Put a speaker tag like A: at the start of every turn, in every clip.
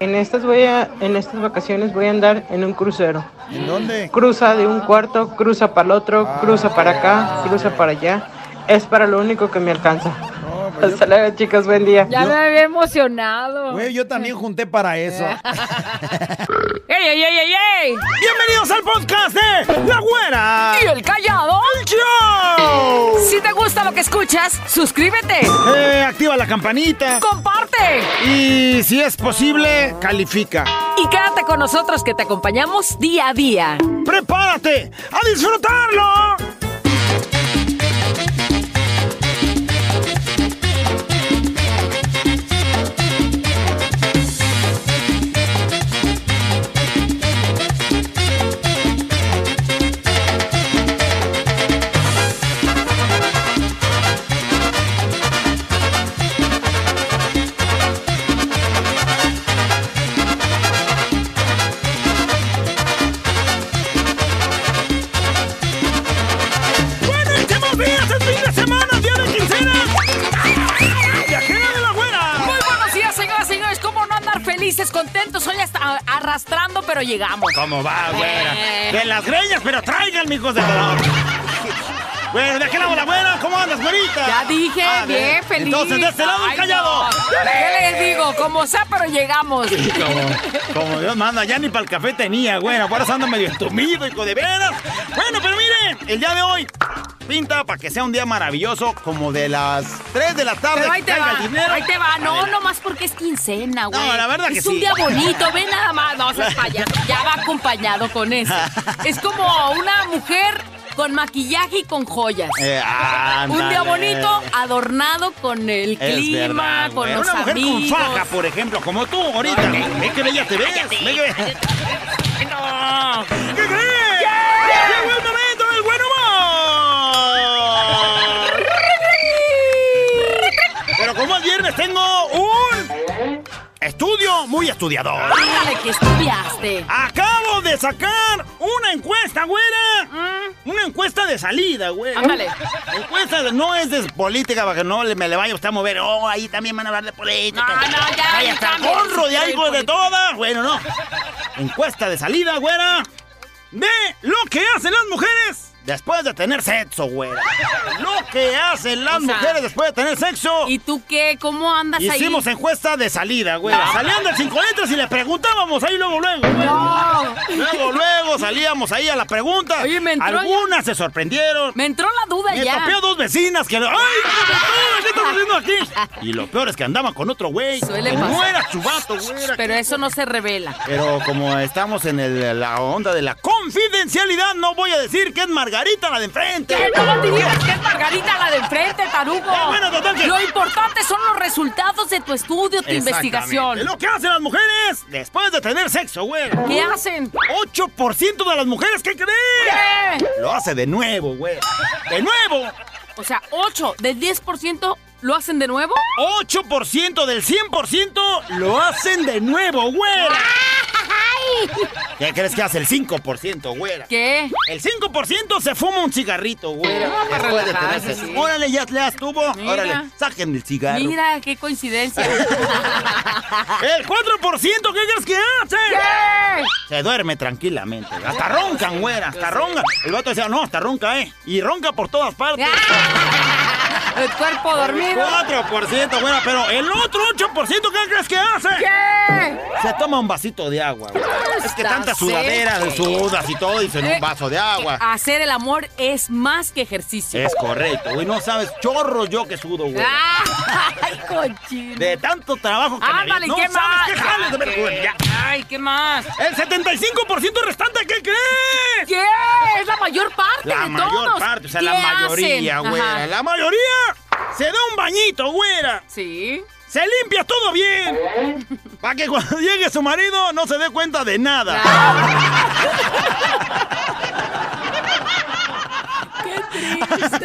A: En estas, voy a, en estas vacaciones voy a andar en un crucero.
B: ¿En dónde?
A: Cruza de un cuarto, cruza para el otro,
B: Ah,
A: cruza para acá,
B: ok.
A: cruza para allá. Es para lo único que me alcanza.
B: No, pues yo-
A: Hasta luego, chicos. Buen día.
C: Ya
B: Yo-
C: me había emocionado.
B: Güey, yo también junté para eso.
C: ¡Ey, ey, ey, ey, ey!
B: Bienvenidos al podcast de La Güera.
C: ¿Y el callado?
B: ¡Show!
C: Si te gusta lo que escuchas, suscríbete,
B: Eh, activa la campanita.
C: comparte
B: Y si es posible, califica.
C: y quédate con nosotros que te acompañamos día a día.
B: ¡Prepárate a disfrutarlo! Bueno, y qué más días, es fin de semana, día de quincena. ¡Viajera de la güera!
C: Muy buenos días, señoras y señores. ¿Cómo no andar felices, contentos? Hoy hasta a- arrastrando, pero llegamos.
B: ¿Cómo va, güera? De las greñas, pero traigan, mijos de dolor. Bueno, ¿de qué lado la güera? ¿Cómo andas, güerita?
C: Ya dije,
B: Ah, de-
C: bien, feliz.
B: Entonces, de este lado, el
C: Ay,
B: callado.
C: no. ¿Qué les digo? Como sea, pero llegamos.
B: Como, como Dios manda, ya ni para el café tenía, bueno, ahora ando medio entumido, hijo de veras. Bueno, pero miren, el día de hoy pinta para que sea un día maravilloso, como de las 3 de la tarde.
C: Pero ahí
B: que
C: te
B: caiga
C: va,
B: el dinero.
C: ahí te va. No,
B: Adela-
C: nomás porque es quincena, güey.
B: No, la verdad que
C: Es un
B: sí.
C: día bonito, ve nada más. No, seas payaso. Ya va acompañado con eso. Es como una mujer con maquillaje y con joyas.
B: Eh, ándale.
C: Un día bonito adornado con el
B: Es
C: clima,
B: verdad,
C: con
B: güey.
C: los
B: Una mujer
C: amigos.
B: con faja, por ejemplo, como tú ahorita. Ve que bella te ves. ve que bella- ¿Qué crees? ¡Llegó el momento del buen humor! Pero como es viernes, tengo un estudio muy estudiado.
C: Ándale, que estudiaste.
B: Acabo de sacar una encuesta, güera. Una encuesta de salida, güey.
C: Mm. Ándale.
B: Encuesta de- Pues, no es de política para que no le- me le vaya usted a mover. Oh, ahí también van a hablar de política.
C: No, no, ya,
B: Vaya,
C: ya
B: está
C: también.
B: gorro de algo de
C: Política.
B: todas. Bueno, no. Encuesta de salida, güera. De lo que hacen las mujeres después de tener sexo, güera. Lo que hacen las
C: O sea,
B: mujeres después de tener sexo.
C: ¿Y tú qué? ¿Cómo andas
B: Hicimos encuesta de salida, güera. Salían del cinco letras y le preguntábamos ahí luego, luego, güey.
C: ahí? No.
B: Luego, luego salíamos ahí a la pregunta.
C: Oye, me entró ya-
B: Algunas se sorprendieron.
C: Me entró la duda
B: Me
C: ya.
B: topé a dos vecinas que... ¡Ay, qué me- ay, qué estás haciendo aquí! Y lo peor es que andaban con otro güey.
C: Suele
B: que No
C: pasar.
B: era su vato, güey. era-
C: Pero eso no se revela.
B: Pero como estamos en el- la onda de la confidencialidad, no voy a decir que es Margarita la de enfrente.
C: ¿Qué? ¿Cómo te digas que es Margarita la de enfrente, tarugo?
B: Eh, bueno, total que-
C: Lo importante son los resultados de tu estudio, tu
B: Exactamente.
C: investigación.
B: Lo que hacen las mujeres después de tener sexo, güey.
C: ¿Qué hacen?
B: 8% de las mujeres, ¿qué creen?
C: ¿Qué?
B: Lo hace de nuevo, güey. De nuevo.
C: O sea, 8 del 10% lo hacen de nuevo.
B: 8% del 100% lo hacen de nuevo, güera. ¿Qué crees que hace el 5%, güera?
C: ¿Qué?
B: El 5% se fuma un cigarrito, güera.
C: Ah, para
B: Después de
C: relajarse,
B: tener sexo.
C: sí.
B: Órale, ya le estuvo.
C: Mira.
B: Órale, saquen el cigarro.
C: Mira, qué coincidencia.
B: El 4%, ¿qué crees que hace?
C: ¿Qué?
B: Se duerme tranquilamente. Hasta roncan, güera,
C: Pues
B: hasta roncan. El vato decía, no, hasta ronca, ¿eh? Y ronca por todas partes.
C: ¡Ah! El cuerpo dormido.
B: 4%, güera, pero el otro 8%, ¿qué crees que hace?
C: ¿Qué?
B: Se toma un vasito de agua. güey. Es que
C: Está
B: tanta sudadera,
C: seco.
B: sudas y todo, y se en
C: Eh,
B: un vaso de agua.
C: Hacer el amor es más que ejercicio.
B: Es correcto, güey. No sabes, chorro yo que sudo, güey.
C: Ay, cochino.
B: De tanto trabajo que me
C: Ándale,
B: vi. No
C: ¿qué
B: sabes
C: más?
B: qué jales de
C: Ya,
B: vergüenza.
C: ¿qué? Ay, ¿qué más?
B: El 75% restante, ¿qué crees?
C: ¿Qué? Es la mayor parte
B: La
C: de
B: mayor
C: todos.
B: parte, o sea,
C: ¿Qué
B: la mayoría,
C: hacen?
B: güey.
C: Ajá.
B: La mayoría se da un bañito, güera.
C: Sí.
B: Se limpia todo bien. Para que cuando llegue su marido no se dé cuenta de nada.
C: Qué triste.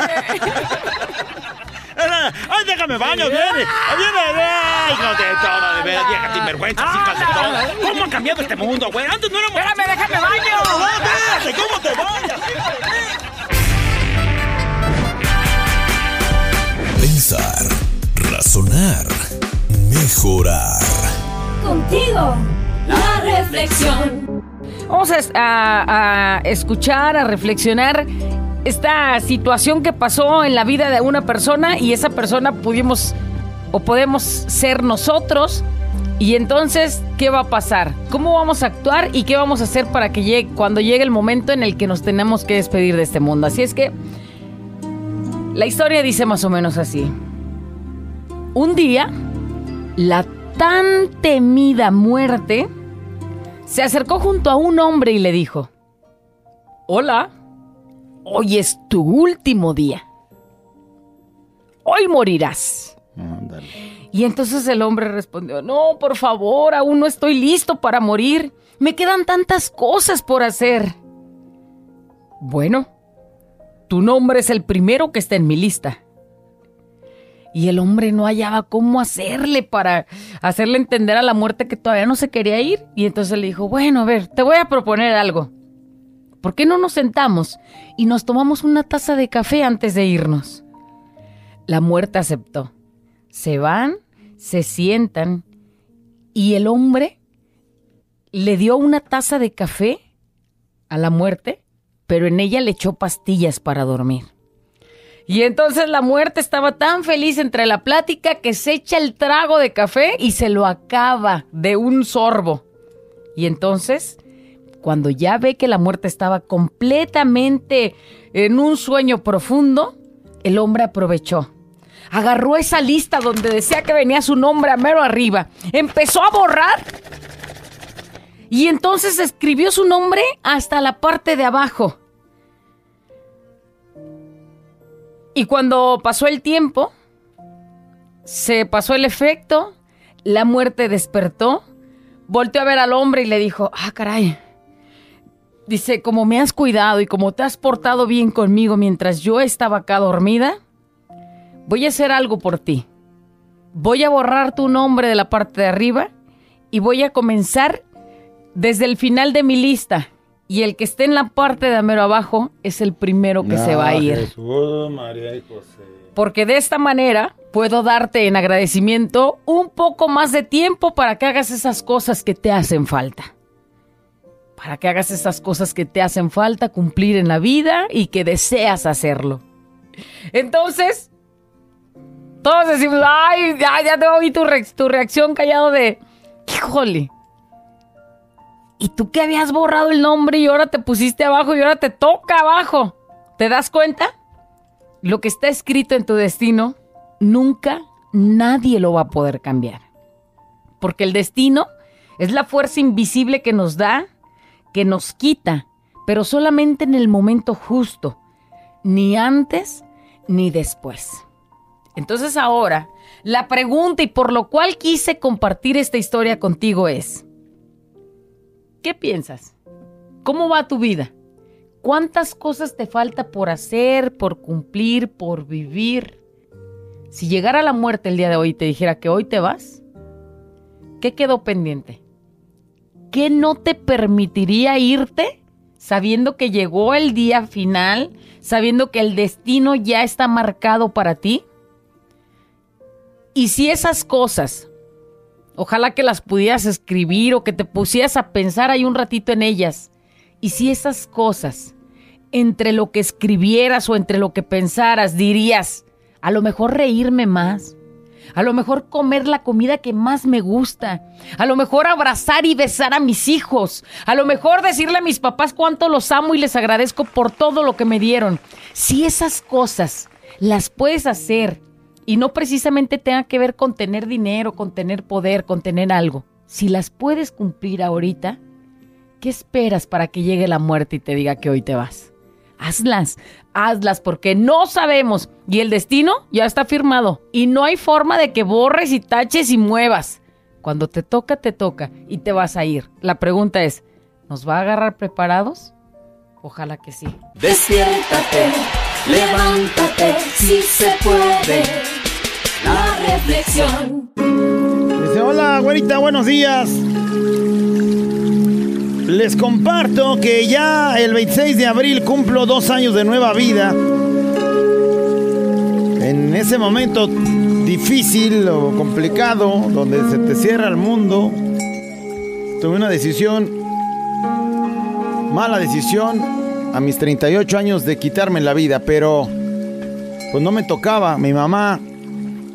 B: ¡Ay, déjame baño, viene! ¡Ay, viene!
C: Ah,
B: ¡Ay, hijo de todo! ¡De veras, vieja sinvergüenza, hijas de todo! ¿Cómo ha cambiado este mundo, güey? Antes no éramos...
C: Espérame, déjame
B: ¡No,
C: baño.
B: espérate! ¿Cómo te bañas?
D: Pensar, razonar, mejorar. contigo la reflexión.
C: Vamos a, a- a escuchar, a reflexionar esta situación que pasó en la vida de una persona y esa persona pudimos o podemos ser nosotros. Y entonces, ¿qué va a pasar? ¿Cómo vamos a actuar y qué vamos a hacer para que llegue cuando llegue el momento en el que nos tenemos que despedir de este mundo? Así es que la historia dice más o menos así. Un día, la tan temida muerte se acercó junto a un hombre y le dijo, Hola, hoy es tu último día. Hoy morirás.
B: Ándale.
C: Y entonces el hombre respondió, no, por favor, aún no estoy listo para morir. Me quedan tantas cosas por hacer. Bueno, tu nombre es el primero que está en mi lista. Y el hombre no hallaba cómo hacerle para hacerle entender a la muerte que todavía no se quería ir. Y entonces le dijo, bueno, a ver, te voy a proponer algo. ¿Por qué no nos sentamos y nos tomamos una taza de café antes de irnos? La muerte aceptó se van, se sientan y el hombre le dio una taza de café a la muerte, pero en ella le echó pastillas para dormir. Y entonces la muerte estaba tan feliz entre la plática que se echa el trago de café y se lo acaba de un sorbo. Y entonces, cuando ya ve que la muerte estaba completamente en un sueño profundo, el hombre aprovechó agarró esa lista donde decía que venía su nombre a mero arriba, empezó a borrar y entonces escribió su nombre hasta la parte de abajo. Y cuando pasó el tiempo, se pasó el efecto, la muerte despertó, volteó a ver al hombre y le dijo, ah, caray. Dice, como me has cuidado y como te has portado bien conmigo mientras yo estaba acá dormida, voy a hacer algo por ti. Voy a borrar tu nombre de la parte de arriba y voy a comenzar desde el final de mi lista. Y el que esté en la parte de mero abajo es el primero que se va a ir.
E: Jesús, María y José.
C: Porque de esta manera puedo darte en agradecimiento un poco más de tiempo para que hagas esas cosas que te hacen falta. Para que hagas esas cosas que te hacen falta cumplir en la vida y que deseas hacerlo. Entonces, todos decimos, ay, ya, ya te oí tu, re- tu reacción callado de, híjole. ¿Y tú que habías borrado el nombre y ahora te pusiste abajo y ahora te toca abajo? ¿Te das cuenta? Lo que está escrito en tu destino, nunca nadie lo va a poder cambiar. Porque el destino es la fuerza invisible que nos da, que nos quita, pero solamente en el momento justo, ni antes ni después. Entonces ahora, la pregunta y por lo cual quise compartir esta historia contigo es, ¿qué piensas? ¿Cómo va tu vida? ¿Cuántas cosas te falta por hacer, por cumplir, por vivir? Si llegara la muerte el día de hoy y te dijera que hoy te vas, ¿qué quedó pendiente? ¿Qué no te permitiría irte sabiendo que llegó el día final, sabiendo que el destino ya está marcado para ti? Y si esas cosas, ojalá que las pudieras escribir o que te pusieras a pensar ahí un ratito en ellas, y si esas cosas, entre lo que escribieras o entre lo que pensaras, dirías, a lo mejor reírme más, a lo mejor comer la comida que más me gusta, a lo mejor abrazar y besar a mis hijos, a lo mejor decirle a mis papás cuánto los amo y les agradezco por todo lo que me dieron. Si esas cosas las puedes hacer y no precisamente tenga que ver con tener dinero, con tener poder, con tener algo, si las puedes cumplir ahorita, ¿Qué esperas para que llegue la muerte y te diga que hoy te vas? Hazlas, hazlas, porque no sabemos. Y el destino ya está firmado. Y no hay forma de que borres y taches y muevas. Cuando te toca, te toca y te vas a ir. La pregunta es, ¿nos va a agarrar preparados? Ojalá que sí.
D: Despiértate, levántate, si se puede, la reflexión.
B: Dice, hola, güerita, buenos días. Les comparto que ya el 26 de abril cumplo dos años de nueva vida. En ese momento difícil o complicado, donde se te cierra el mundo,
F: Tomé una decisión, mala decisión, a mis 38 años de quitarme la vida, pero pues no me tocaba. Mi mamá,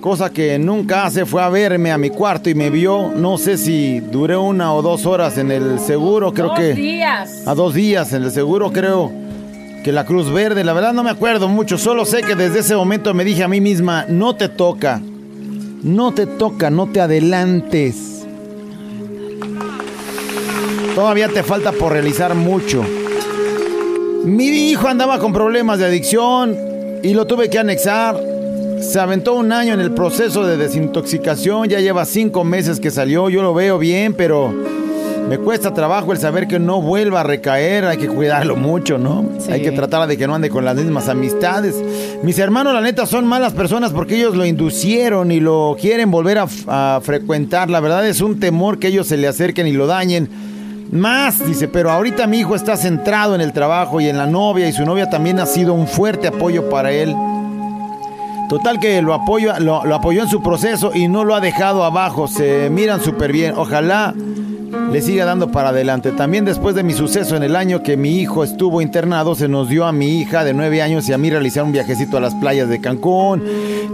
F: cosa que nunca hace, fue a verme a mi cuarto y me vio. No sé si duré una o dos horas en el seguro, creo
C: Dos
F: que
C: días.
F: a dos días en el seguro, creo que la Cruz Verde. La verdad no me acuerdo mucho, solo sé que desde ese momento me dije a mí misma, no te toca, no te toca, no te adelantes. Todavía te falta por realizar mucho. Mi hijo andaba con problemas de adicción y lo tuve que anexar. Se aventó un año en el proceso de desintoxicación, ya lleva cinco meses que salió, yo lo veo bien, pero me cuesta trabajo el saber que no vuelva a recaer, hay que cuidarlo mucho, ¿no?
C: Sí.
F: Hay que tratar de que no ande con las mismas amistades. Mis hermanos, la neta, son malas personas porque ellos lo inducieron y lo quieren volver a, f- a frecuentar. La verdad es un temor que ellos se le acerquen y lo dañen. Más, dice, pero ahorita mi hijo está centrado en el trabajo y en la novia y su novia también ha sido un fuerte apoyo para él. Total que lo, apoyo, lo, lo apoyó en su proceso y no lo ha dejado abajo. Se miran súper bien. Ojalá le siga dando para adelante. También después de mi suceso en el año que mi hijo estuvo internado, se nos dio a mi hija de nueve años y a mí realizar un viajecito a las playas de Cancún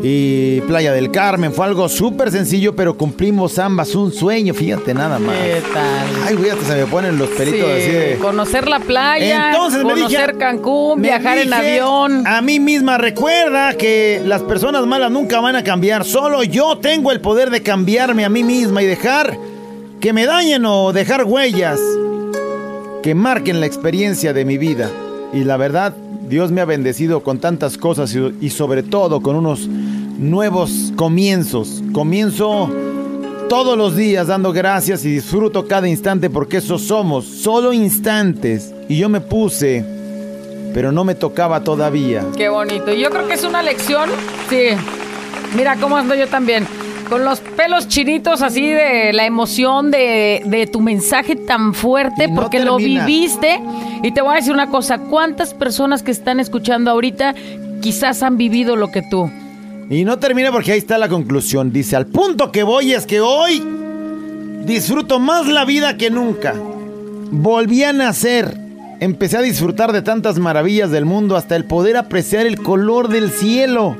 F: y Playa del Carmen. Fue algo súper sencillo, pero cumplimos ambas un sueño. Fíjate nada más.
C: ¿Qué tal?
F: Ay, güey, hasta se me ponen los pelitos
C: Sí,
F: así de...
C: Conocer la playa,
F: Entonces me dije-
C: conocer Cancún,
F: me
C: viajar en
F: dije
C: avión.
F: A mí misma recuerda que las personas malas nunca van a cambiar. Solo yo tengo el poder de cambiarme a mí misma y dejar que me dañen o dejar huellas que marquen la experiencia de mi vida. Y la verdad, Dios me ha bendecido con tantas cosas y, y sobre todo con unos nuevos comienzos. Comienzo todos los días dando gracias y disfruto cada instante porque eso somos, solo instantes. Y yo me puse, pero no me tocaba todavía.
C: Qué bonito. Yo creo que es una lección. Sí. Mira cómo ando yo también. Con los pelos chinitos así de la emoción de, de tu mensaje tan fuerte
F: Y no
C: porque
F: termina.
C: lo viviste. Y te voy a decir una cosa. ¿Cuántas personas que están escuchando ahorita quizás han vivido lo que tú?
F: Y no termina porque ahí está la conclusión. Dice, al punto que voy es que hoy disfruto más la vida que nunca. Volví a nacer. Empecé a disfrutar de tantas maravillas del mundo hasta el poder apreciar el color del cielo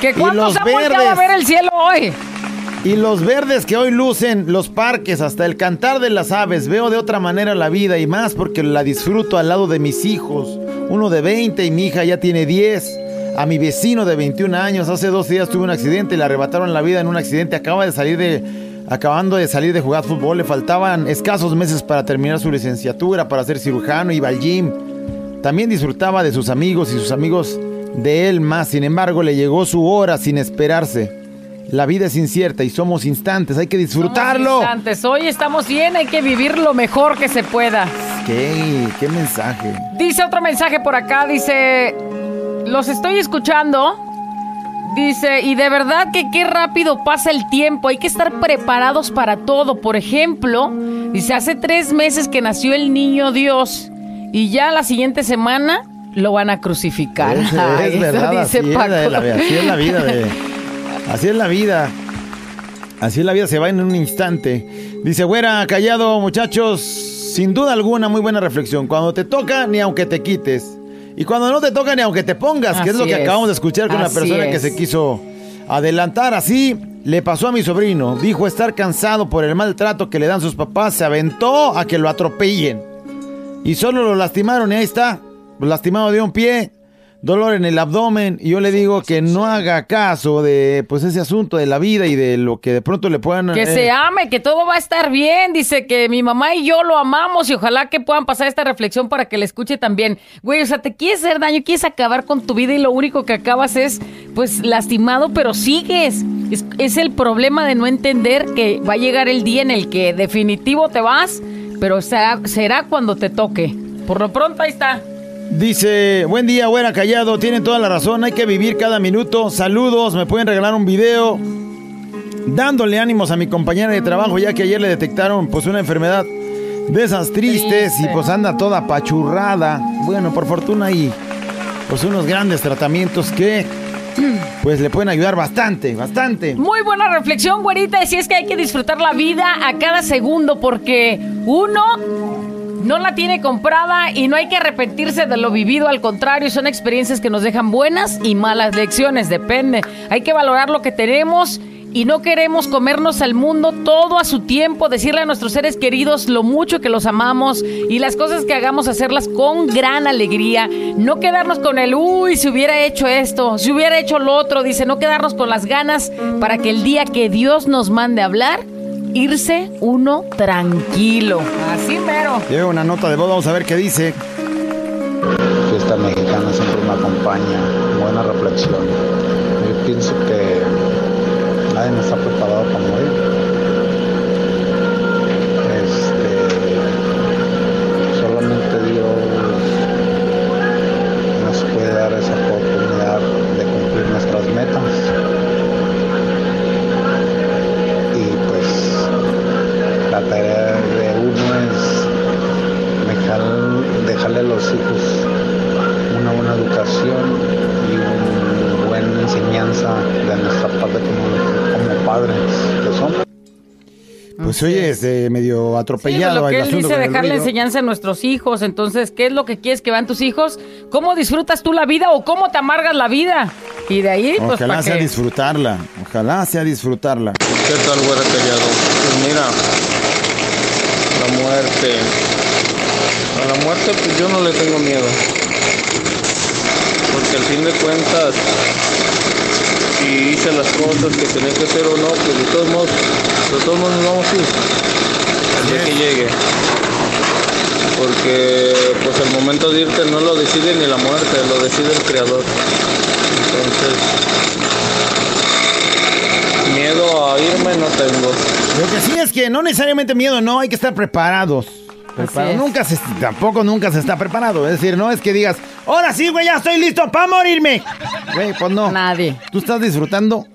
C: ¿Que
F: Y
C: cuántos
F: los
C: han volteado a
F: verdes.
C: ver el cielo hoy?
F: y los verdes que hoy lucen, los parques, hasta el cantar de las aves. Veo de otra manera la vida y más porque la disfruto al lado de mis hijos. Uno de 20 y mi hija ya tiene 10. A mi vecino de 21 años, hace dos días tuvo un accidente y le arrebataron la vida en un accidente. Acaba de salir de... Acabando de salir de jugar fútbol, le faltaban escasos meses para terminar su licenciatura, para ser cirujano, iba al gym. También disfrutaba de sus amigos y sus amigos de él más. Sin embargo, le llegó su hora sin esperarse. La vida es incierta y somos instantes. Hay que disfrutarlo.
C: Somos instantes. Hoy estamos bien, hay que vivir lo mejor que se pueda.
F: ¿Qué? ¿Qué mensaje?
C: Dice otro mensaje por acá, dice, los estoy escuchando. Dice, y de verdad que qué rápido pasa el tiempo, hay que estar preparados para todo. Por ejemplo, dice, hace tres meses que nació el niño Dios y ya la siguiente semana lo van a crucificar.
F: Es, es
C: Ay, eso
F: verdad,
C: dice
F: así,
C: Paco.
F: Es la, así es la vida. de- así es la vida. Así es la vida, se va en un instante. Dice, güera, callado, muchachos. Sin duda alguna, muy buena reflexión. Cuando te toca, ni aunque te quites. Y cuando no te toca, ni aunque te pongas, que es lo
C: Así
F: que
C: es.
F: acabamos de escuchar con
C: Así
F: la persona que
C: es.
F: se quiso adelantar. Así le pasó a mi sobrino. Dijo "Este estar cansado por el maltrato que le dan sus papás. Se aventó a que lo atropellen. Y solo lo lastimaron y ahí está. Lastimado de un pie, dolor en el abdomen. Y yo le digo que no haga caso de pues ese asunto de la vida y de lo que de pronto le puedan...
C: Que
F: eh,
C: se ame, que todo va a estar bien. Dice que mi mamá y yo lo amamos y ojalá que puedan pasar esta reflexión para que la escuche también. Güey, o sea, te quieres hacer daño, quieres acabar con tu vida y lo único que acabas es, pues, lastimado, pero sigues. Es, es el problema de no entender que va a llegar el día en el que definitivo te vas, pero será, será cuando te toque. Por lo pronto, ahí está.
F: Dice, buen día, güera, callado. Tienen toda la razón, hay que vivir cada minuto. Saludos, me pueden regalar un video. Dándole ánimos a mi compañera de trabajo, ya que ayer le detectaron pues una enfermedad de esas tristes y
C: Triste.
F: pues anda toda pachurrada. Bueno, por fortuna y pues unos grandes tratamientos que pues le pueden ayudar bastante, bastante.
C: Muy buena reflexión, güerita. Y si es que hay que disfrutar la vida a cada segundo porque uno no la tiene comprada y no hay que arrepentirse de lo vivido. Al contrario, son experiencias que nos dejan buenas y malas lecciones, depende. Hay que valorar lo que tenemos. Y no queremos comernos al mundo todo a su tiempo, decirle a nuestros seres queridos lo mucho que los amamos y las cosas que hagamos hacerlas con gran alegría. No quedarnos con el, uy, si hubiera hecho esto, si hubiera hecho lo otro, dice, no quedarnos con las ganas para que el día que Dios nos mande a hablar, irse uno tranquilo. Así mero.
F: Llevo una nota de voz, vamos a ver qué dice.
G: fiesta mexicana siempre me acompaña. Buena reflexión. Yo pienso que nadie me está preparado para morir. Este, solamente Dios nos puede dar esa oportunidad de cumplir nuestras metas. Y pues la tarea de uno es dejar, dejarle a los hijos una buena educación y una buena enseñanza de nuestra parte como, como padres que somos.
F: Pues oye, este, medio
C: Sí, pues,
F: atropellado
C: lo que
F: el
C: él
F: asunto
C: dice,
F: con el
C: dejar la
F: ruido.
C: enseñanza a nuestros hijos. Entonces, ¿qué es lo que quieres que vean tus hijos? ¿Cómo disfrutas tú la vida o cómo te amargas la vida? Y de ahí, pues,
F: Ojalá
C: para
F: sea
C: que...
F: disfrutarla, ojalá sea disfrutarla.
H: ¿Qué tal, güera callado? Pues mira, la muerte. A la muerte, pues yo no le tengo miedo. Porque al fin de cuentas, si hice las cosas que tenía que hacer o no, pues de todos modos, de todos modos nos vamos a ir. El día que llegue. Porque pues el momento de irte no lo decide ni la muerte, lo decide el creador. Entonces, miedo a irme no tengo.
F: Lo que sí es que no necesariamente miedo, no, hay que estar preparados. Preparados.
C: es.
F: Nunca se, tampoco nunca se está preparado. Es decir, no es que digas, ahora sí, güey, ya estoy listo para morirme. Güey, pues no.
C: Nadie.
F: Tú estás disfrutando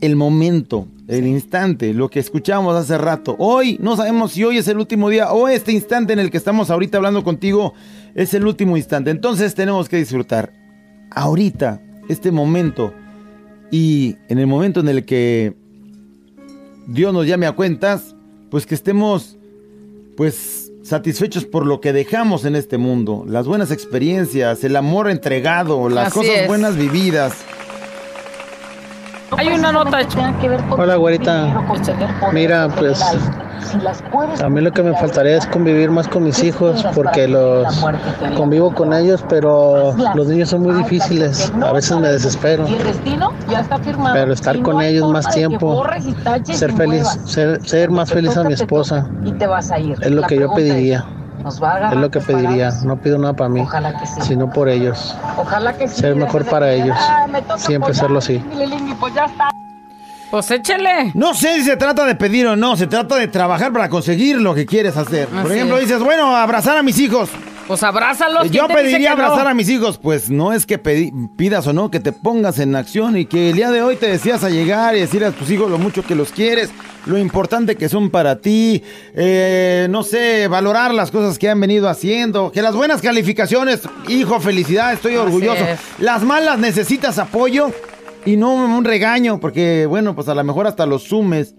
F: el momento, el instante, lo que escuchamos hace rato. Hoy no sabemos si hoy es el último día o este instante en el que estamos ahorita hablando contigo es el último instante. Entonces tenemos que disfrutar ahorita, este momento y en el momento en el que Dios nos llame a cuentas, pues que estemos pues satisfechos por lo que dejamos en este mundo, las buenas experiencias, el amor entregado, las
C: Así
F: cosas
C: es.
F: buenas vividas.
C: Hay una nota, Ch-
I: Hola, güerita. Mira, pues a mí lo que me faltaría es convivir más con mis hijos porque los convivo con ellos, pero los niños son muy difíciles. A veces me desespero. Pero estar con ellos más tiempo, ser feliz, ser, ser más feliz a mi esposa es lo que yo pediría. Es lo que pediría. No pido nada para mí, sino por ellos. Ser mejor para ellos. Siempre serlo así.
C: Pues échele.
F: No sé si se trata de pedir o no, se trata de trabajar para conseguir lo que quieres hacer. Por
C: Así
F: ejemplo,
C: es.
F: dices, bueno, abrazar a mis hijos.
C: Pues abrázalos. ¿quién
F: Yo
C: te dice
F: pediría
C: que no?
F: abrazar a mis hijos. Pues no es que pedi- pidas o no, que te pongas en acción y que el día de hoy te decías a llegar y decir a tus hijos lo mucho que los quieres, lo importante que son para ti, eh, no sé, valorar las cosas que han venido haciendo, que las buenas calificaciones, hijo, felicidad, estoy
C: Así
F: orgulloso.
C: es.
F: Las malas necesitas apoyo y no un regaño, porque bueno, pues a lo mejor hasta los sumes.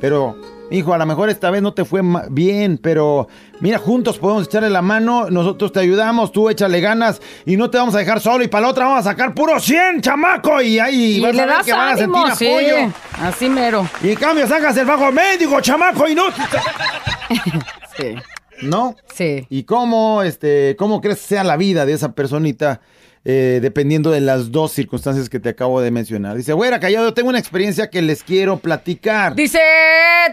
F: Pero, hijo, a lo mejor esta vez no te fue ma- bien, pero mira, juntos podemos echarle la mano, nosotros te ayudamos, tú échale ganas y no te vamos a dejar solo y para la otra vamos a sacar puro 100, chamaco, y ahí
C: Y
F: vas
C: le
F: a ver
C: das
F: que van a sentir
C: ánimo, sí.
F: apoyo.
C: Así mero.
F: Y en cambio sacas el bajo médico, chamaco, y no...
C: Sí.
F: No,
C: Sí.
F: y cómo, este, cómo crees que sea la vida de esa personita eh, dependiendo de las dos circunstancias que te acabo de mencionar. Dice, güera, callado, tengo una experiencia que les quiero platicar.
C: Dice,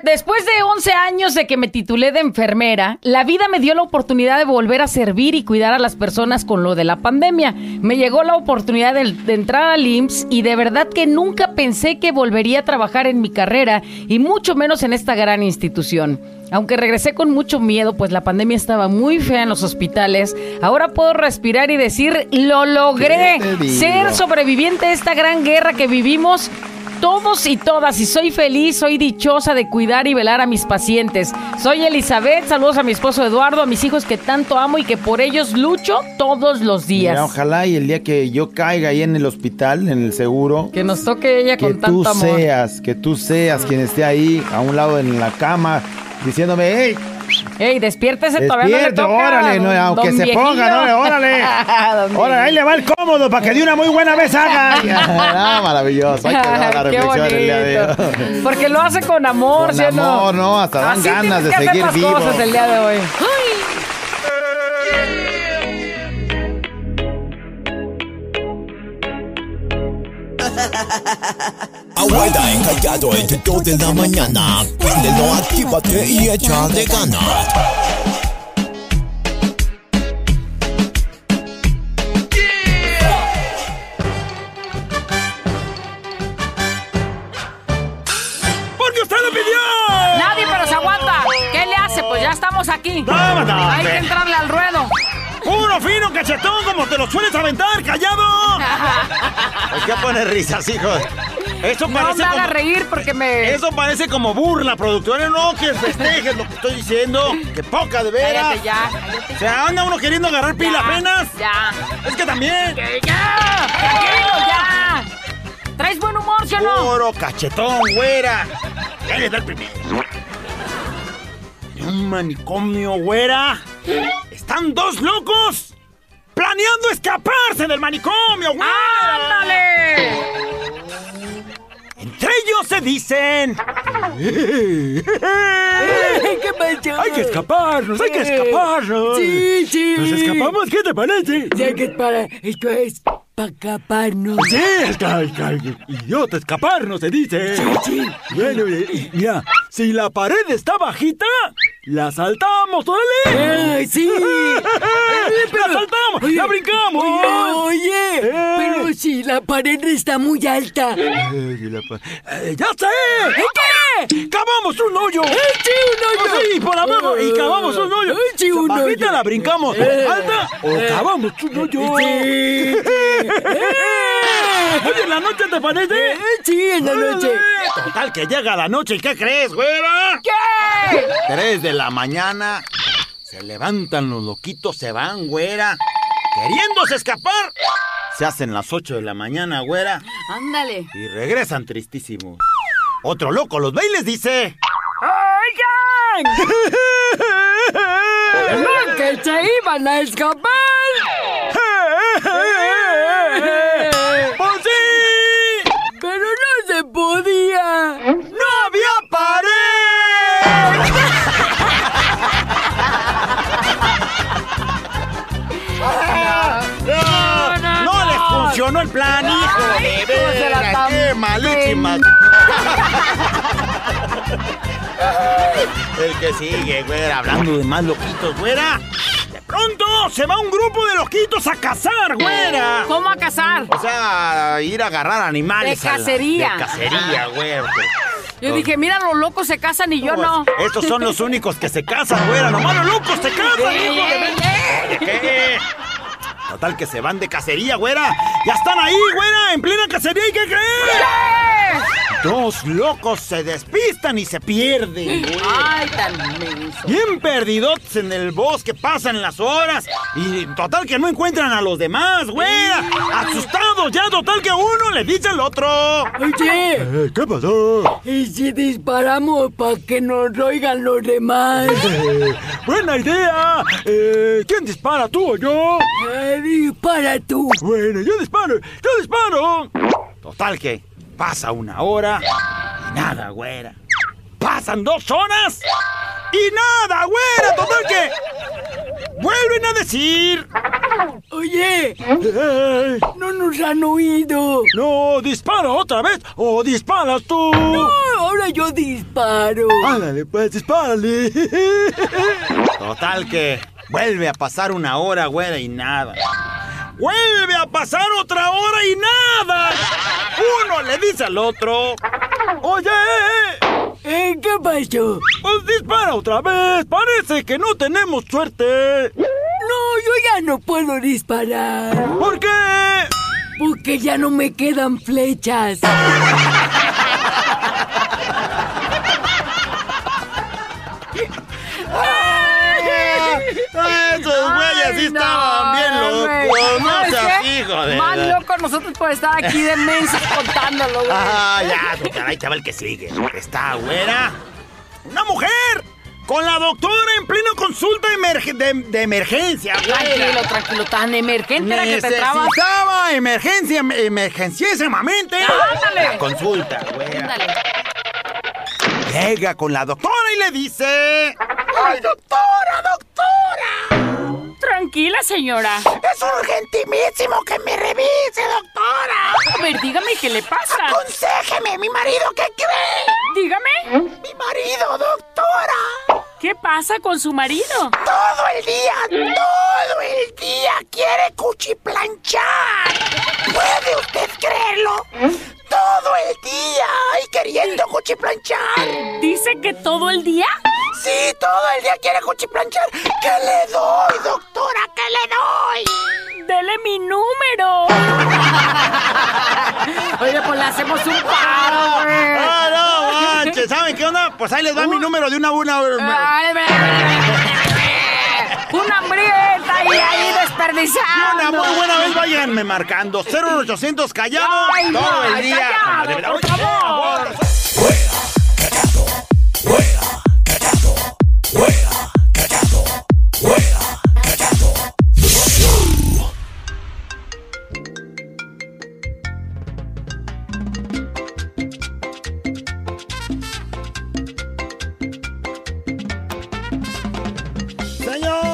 C: después de 11 años de que me titulé de enfermera, la vida me dio la oportunidad de volver a servir y cuidar a las personas con lo de la pandemia. Me llegó la oportunidad de, de entrar al IMSS y de verdad que nunca pensé que volvería a trabajar en mi carrera y mucho menos en esta gran institución. Aunque regresé con mucho miedo, pues la pandemia estaba muy fea en los hospitales, ahora puedo respirar y decir, lo logré.
F: ¿Qué te digo?
C: Ser sobreviviente de esta gran guerra que vivimos todos y todas y soy feliz, soy dichosa de cuidar y velar a mis pacientes. Soy Elizabeth, saludos a mi esposo Eduardo, a mis hijos que tanto amo y que por ellos lucho todos los días.
F: Mira, ojalá y el día que yo caiga ahí en el hospital, en el seguro,
C: que nos toque ella
F: que
C: con
F: tú
C: tanto amor.
F: seas, que tú seas quien esté ahí a un lado en la cama diciéndome, hey,
C: Ey, despiértese, todavía no le
F: despierte,
C: toca.
F: órale, no,
C: don-
F: aunque
C: don
F: se
C: viejillo.
F: ponga, no, órale,
C: Don
F: órale, ahí le va el cómodo para que de una muy buena vez haga. Ah, maravilloso, hay que dar la
C: Ay, Qué
F: reflexión el día de hoy.
C: bonito. Porque lo hace con amor,
F: Con
C: ¿sí o no?
F: amor, no, hasta dan
C: Así
F: ganas
C: tienes
F: de
C: que hacer
F: seguir
C: las
F: vivo.
C: cosas el día de hoy.
J: Abuela encallado en todo de la mañana. Préndelo, actívate y échale ganas.
B: ¡Porque usted lo pidió!
C: Nadie, pero se aguanta. ¿Qué le hace? Pues ya estamos aquí.
B: No, no,
C: Hay que
B: hombre.
C: entrarle al ruedo.
B: ¡Uno fino, cachetón, como te lo sueles aventar, callado! ¿Por qué pones risas, hijos? Eso
C: No
B: parece
C: me haga
B: como...
C: reír porque me...
B: Eso parece como burla, productora. No, que festejes lo que estoy diciendo. Que poca, de veras.
C: Cállate ya. cállate
B: O sea, anda uno queriendo agarrar pila
C: ya,
B: apenas.
C: Ya.
B: Es que también...
C: Que ya. Tranquilo, ya. ¿Traes buen humor, sí o no?
B: Puro cachetón, güera. Ya le da el primero. En un manicomio, güera. Están dos locos planeando escaparse del manicomio, güera.
C: ¡Ándale!
B: Entre ellos se dicen.
C: ¿Qué pasó?
B: Hay que escaparnos, hay que
C: Sí.
B: escaparnos.
C: Sí, sí.
B: ¿Nos escapamos? ¿Qué te parece?
C: Ya que es para... Esto es Eh, para escaparnos.
B: Sí, esca- esca- idiota, escaparnos se dice. Bueno, eh, eh, mira, si la pared está bajita, la saltamos, órale.
C: ¡Ay, sí!
B: la saltamos, la brincamos.
C: Oye,
B: Eh. pero
C: si la pared está muy alta.
B: Eh, y la pa- eh, ¡Ya sé!
C: ¿Qué? ¡Eh,
B: ¡Cavamos un hoyo!
C: sí, un hoyo. ¡Eh!
B: Ah, sí, por abajo! ¡Y cavamos un hoyo!
C: Ay, sí, un
B: Bajita
C: hoyo.
B: la brincamos!
C: Eh.
B: ¡Alta! ¡O cavamos un hoyo!
C: Sí, Eh.
B: Oye, ¿la noche te parece?
C: eh, Sí, en la noche.
B: Total, que llega la noche. ¿Y qué crees, güera?
C: ¿Qué?
B: Tres de la mañana. Se levantan los loquitos, se van, güera. Queriéndose escapar. Se hacen las ocho de la mañana, güera.
C: Ándale.
B: Y regresan tristísimos. Otro loco los ve y les dice...
C: ¡Oigan! ¡No, que se iban a escapar!
B: ¡Pues sí!
C: ¡Pero no se podía!
B: ¡No había pared! ¡No,
C: no, no.
B: les funcionó el plan, hijo!
C: Ay,
B: de
C: hijos de la
B: veras,
C: tam-
B: ¡Qué malísima! el que sigue, güera, hablando de más loquitos, güera. De pronto se va un grupo de loquitos a cazar, güera.
C: ¿Cómo a cazar?
B: O sea, ir a agarrar animales.
C: De
B: a la-
C: cacería. Ah.
B: de cacería, güey.
C: Yo dije, mira, los locos se casan y yo no.
B: Estos son los únicos que se casan, güera. Nomás los locos se casan, hijo de
C: ¡Ey, ey, ey!
B: ¿Qué? Total que se van de cacería, güera. Ya están ahí, güera, en plena cacería. ¿Y qué creen? Dos locos se despistan y se pierden, güey.
C: ¡Ay, tan menso!
B: Bien perdidos en el bosque, pasan las horas y total que no encuentran a los demás, güera. Asustados ya, total que uno le dice al otro.
C: Oye,
B: Eh, ¿Qué pasó?
C: ¿y si disparamos para que nos oigan los demás?
B: Eh, buena idea. Eh, ¿Quién dispara, tú o yo?
C: Eh, dispara tú.
B: Bueno, yo disparo, yo disparo. Total que pasa una hora y nada, güera. Pasan dos horas y nada, güera. Total que vuelven a decir.
C: Oye,
B: "Ey,
C: no nos han oído.
B: no, dispara otra vez o disparas tú.
C: Oh, ahora yo disparo.
B: Ándale, pues, dispárale. Total que vuelve a pasar una hora, güera, y nada. Vuelve a pasar otra hora y nada. Uno le dice al otro. Oye,
C: Eh, ¿Qué pasó?
B: pues dispara otra vez. Parece que no tenemos suerte.
C: No, yo ya no puedo disparar.
B: ¿Por qué? Ah,
C: Porque ya no me quedan flechas.
B: ¡Ah! Esos güeyes sí estaban bien locos. No seas hijo de.
C: Más loco nosotros por estar aquí de mensos contándolo, güey.
B: Ah, ya, tu caray, chaval, que sigue. Está güera. ¡Una mujer! Con la doctora en pleno consulta de, emerge- de- de emergencia, güera.
C: Tranquilo, tranquilo, tan emergente era que te trabas.
B: Necesitaba emergencia, em-, emergenciósimamente.
C: Ándale.
B: La consulta, güey.
C: Ándale.
B: Llega con la doctora y le dice... ¡Ay, doctora, doctora!
C: Tranquila, señora.
B: ¡Es urgentísimo que me revise, doctora!
C: A ver, dígame qué le pasa.
B: ¡Aconsejeme, mi marido, ¿qué cree?
C: Dígame,
B: ¡Mi marido, doctora!
C: ¿qué pasa con su marido?
B: ¡Todo el día, todo el día quiere cuchiplanchar! ¿Puede usted creerlo? ¡Todo el día! ¡Ay, queriendo cuchiplanchar!
C: ¿Dice que todo el día?
B: ¡Sí, todo el día quiere cuchiplanchar! ¿Qué le doy, doctora? ¿Qué le doy?
C: ¡Dele mi número! Oye, pues le hacemos un paro, güey.
B: ¡Ah, no, manches! ¿Saben qué onda? Pues ahí les va mi número de una a una.
C: Uh. Ay, ve, ve, ve, ve. ¡Una hambrienta ahí, ahí desperdiciada!
B: Una muy buena vez, váyanme marcando. 0800 callado
C: Ay,
B: todo
C: no,
B: el día.
C: callado, por favor.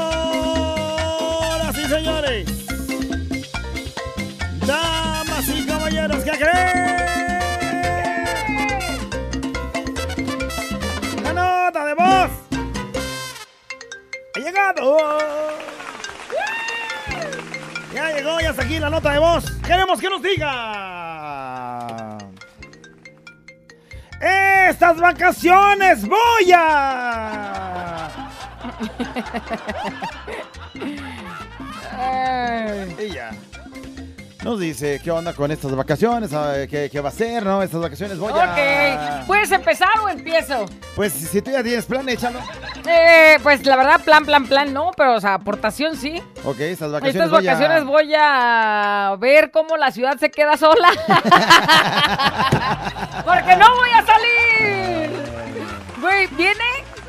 B: Señoras y señores, damas y caballeros, ¿qué creen? La nota de voz ha llegado. Ya llegó, ya está aquí la nota de voz. Queremos que nos diga. Estas vacaciones voy a. Y ya.
F: Nos dice qué onda con estas vacaciones, ah, qué, qué va a ser, ¿no? Estas vacaciones voy a...
C: Ok, ¿puedes empezar o empiezo?
F: Pues si, si tú ya tienes plan, échalo.
C: Eh, pues la verdad, plan, plan, plan, no, pero o sea, aportación sí.
F: Ok, estas vacaciones
C: Estas
F: voy
C: vacaciones
F: a...
C: voy a ver cómo la ciudad se queda sola. Porque no voy a salir. Güey, viene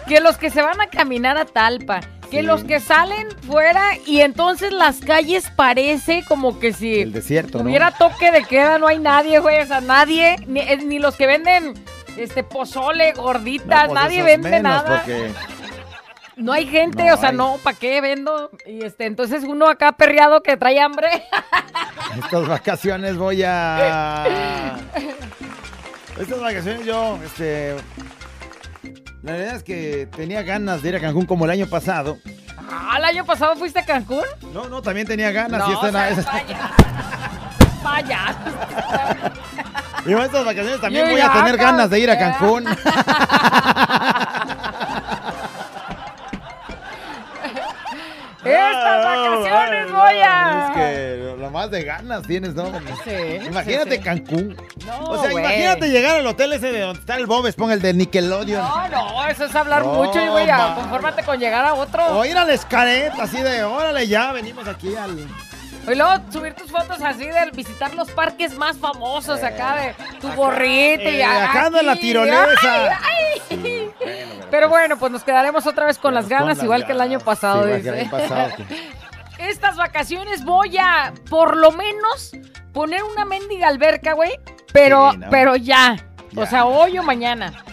C: que los que se van a caminar a Talpa, que los que salen fuera y entonces las calles parece como que si
F: El desierto, ¿no?
C: hubiera toque de queda, no hay nadie, güey, o sea, nadie, ni, eh, ni los que venden este pozole,
F: No,
C: gorditas,
F: pues
C: nadie
F: esos
C: vende
F: menos,
C: nada.
F: Porque...
C: No hay gente,
F: No
C: o sea,
F: hay.
C: no, ¿para qué vendo? Y este, entonces uno acá perreado que trae hambre.
F: Estas vacaciones voy a. Estas vacaciones yo, este. La verdad es que tenía ganas de ir a Cancún como el año pasado.
C: Ah, el año pasado fuiste a Cancún.
F: No, no, también tenía ganas. y
C: no,
F: esta-
C: o sea,
F: esas-
C: vaya. Vaya.
F: y bueno, estas vacaciones también
C: Yo
F: voy a
C: ya,
F: tener
C: cabrón.
F: ganas de ir a Cancún.
C: Estas vacaciones
F: Ah, No,
C: voy a.
F: Es que lo más de ganas tienes, ¿no?
C: Sí,
F: Imagínate
C: sí, sí.
F: Cancún.
C: No,
F: O sea,
C: güey.
F: imagínate llegar al hotel ese de donde está el Bob Esponja, el de Nickelodeon.
C: No, no, eso es hablar
F: No,
C: mucho y güey, a-
F: ma.
C: confórmate con llegar a otro.
F: O ir al escaret, así de, órale, ya, venimos aquí al...
C: Y luego subir tus fotos así de visitar los parques más famosos acá de tu gorrito y
F: eh, acá anda la
C: aquí.
F: tirolesa.
C: Ay, ay. Pero bueno, pues nos quedaremos otra vez con las
F: Con
C: ganas,
F: las
C: igual que el año
F: ganas.
C: pasado.
F: Sí, igual que
C: dice.
F: el año pasado, que-
C: Estas vacaciones voy a, por lo menos, poner una mendiga alberca, güey. Pero,
F: Sí, ¿no?
C: pero ya. O
F: Ya. Pues
C: sea, hoy o mañana.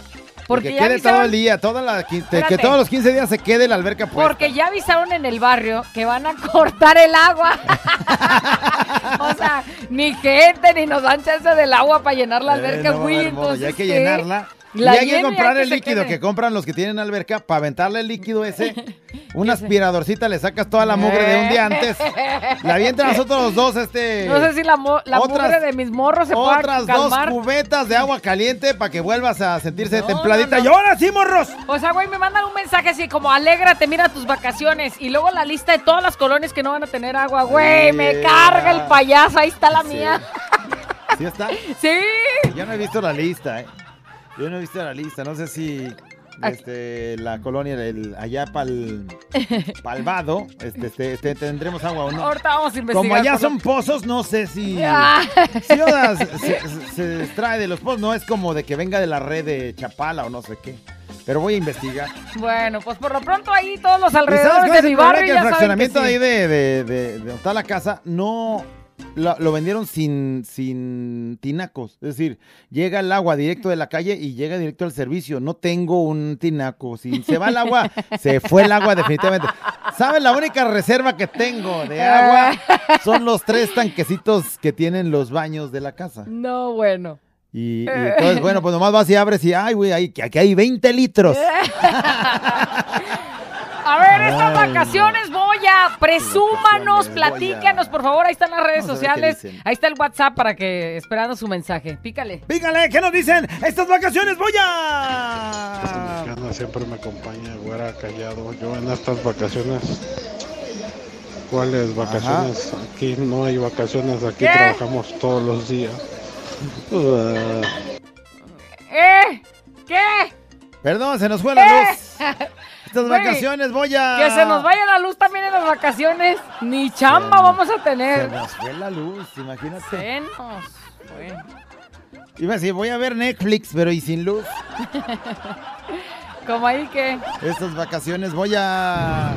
C: Porque,
F: que
C: ya
F: quede todo
C: avisaron,
F: el día, toda la quin-
C: Espérate.
F: que todos los 15 días se quede la alberca pues. puesta.
C: porque ya avisaron en el barrio que van a cortar el agua. o sea, ni gente ni nos dan chance del agua para llenar la
F: Eh,
C: alberca,
F: no,
C: güey.
F: hermoso,
C: entonces,
F: ya hay que
C: ¿qué?
F: llenarla.
C: La
F: y hay
C: lleno
F: que
C: y
F: comprar
C: que
F: el
C: se
F: líquido
C: quede.
F: que compran los que tienen alberca para aventarle el líquido ese. Una aspiradorcita le sacas toda la mugre de un día antes. La avientan nosotros los dos, este.
C: Eh. No sé si la, mo- la
F: otras-
C: mugre de mis morros se pueda
F: otras dos
C: calmar.
F: cubetas de agua caliente para que vuelvas a sentirse
C: No,
F: templadita.
C: no, no.
F: Y ahora sí, morros.
C: O sea, güey, me mandan un mensaje así como, alégrate, mira tus vacaciones. Y luego la lista de todas las colonias que no van a tener agua. Güey, me
F: Sí.
C: carga el payaso, ahí está la
F: Sí.
C: mía.
F: ¿Sí está?
C: Sí.
F: Yo no he visto la lista, ¿eh? Yo no he visto la lista. No sé si este, la colonia del, allá pal, palvado, este, este, este, tendremos agua o no.
C: Ahorita vamos a investigar.
F: Como allá
C: por
F: son pozos, no sé si.
C: Ah.
F: si ahora se, se- se distrae de los pozos, no es como de que venga de la red de Chapala o no sé qué. Pero voy a investigar.
C: lo- Bueno, pues por lo pronto ahí todos los
F: ¿Sabes
C: alrededores
F: cuál es
C: de mi
F: el problema?
C: barrio
F: Que
C: ya
F: el
C: saben que
F: fraccionamiento
C: sí.
F: ahí de, de- de- de donde está la casa no la- lo vendieron sin, sin tinacos. Es decir, llega el agua directo de la calle y llega directo al servicio. No tengo un tinaco. Si se va el agua, se fue el agua definitivamente. ¿Sabes? La única reserva que tengo de agua son los tres tanquecitos que tienen los baños de la casa.
C: No, bueno.
F: Y, y entonces, bueno, pues nomás vas y abres y, ay, güey, ahí- aquí hay 20 litros.
C: A ver, estas
F: Ay,
C: vacaciones, Boya, presúmanos,
F: Vacaciones,
C: platícanos, por favor. Ahí están las redes
F: Vamos a ver qué
C: sociales.
F: dicen.
C: Ahí está el WhatsApp para que, esperando su mensaje. Pícale.
F: Pícale, ¿qué nos dicen? Estas vacaciones voy a...
K: Ana siempre me acompaña, güera callado. Yo en estas vacaciones. ¿Cuáles vacaciones? Aquí no hay vacaciones, aquí
C: ¿Qué?
K: trabajamos todos los días. Ah,
C: ¿Eh? ¿Qué?
F: Perdón, se nos fue la
C: ¿Eh?
F: luz. Estas
C: Güey,
F: vacaciones voy a...
C: Que se nos vaya la luz también en las vacaciones. Ni chamba
F: Se-
C: vamos a
F: Se
C: tener.
F: nos fue la luz, imagínate.
C: Senos. Bueno.
F: Iba a decir, voy a ver Netflix, pero y sin luz.
C: Como ahí que.
F: Estas vacaciones voy a...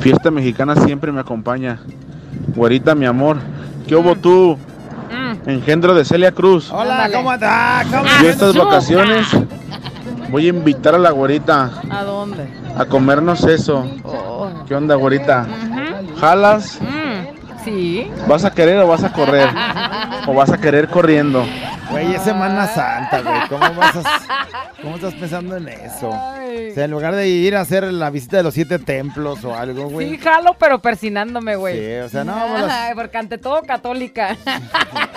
L: Fiesta mexicana siempre me acompaña. Güerita, mi amor. ¿Qué hubo tú? Mm. Engendro de Celia Cruz.
F: Hola, ¿cómo está? ¿Cómo
L: Yo Ah, estas vacaciones voy a invitar a la güerita
C: ¿A dónde?
L: a comernos eso.
F: Oh,
L: ¿Qué onda, güerita? ¿Jalas?
C: Mm, Sí.
L: ¿Vas a querer o vas a correr? ¿O vas a querer corriendo?
F: Güey, es
C: Ah.
F: Semana Santa, güey. ¿Cómo vas a- ¿Cómo estás pensando en eso? O sea, en lugar de ir a hacer la visita de los siete templos o algo, güey.
C: Sí, jalo, pero persinándome, güey.
F: Sí, o sea, no, pues, vamos a-
C: Ay, porque ante todo católica.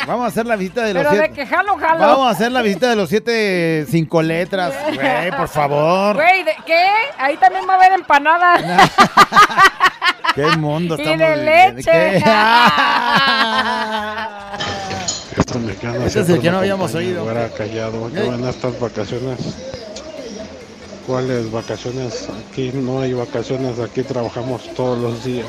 F: Vamos a hacer la visita de los
C: Pero de
F: siete...
C: que jalo, jalo.
F: Vamos a hacer la visita de los siete cinco letras, güey, por favor.
C: Güey, ¿de qué? Ahí también va a haber empanadas.
F: Qué mundo
C: Y
F: estamos
C: de
F: viviendo.
C: leche.
F: ¿Qué?
K: Esta mexicana
F: Ese es el
K: siempre
F: que
K: me
F: no habíamos
K: acompaña,
F: oído.
K: güera callado. Yo en estas vacaciones. ¿Cuáles vacaciones? Aquí no hay vacaciones, aquí trabajamos todos los días.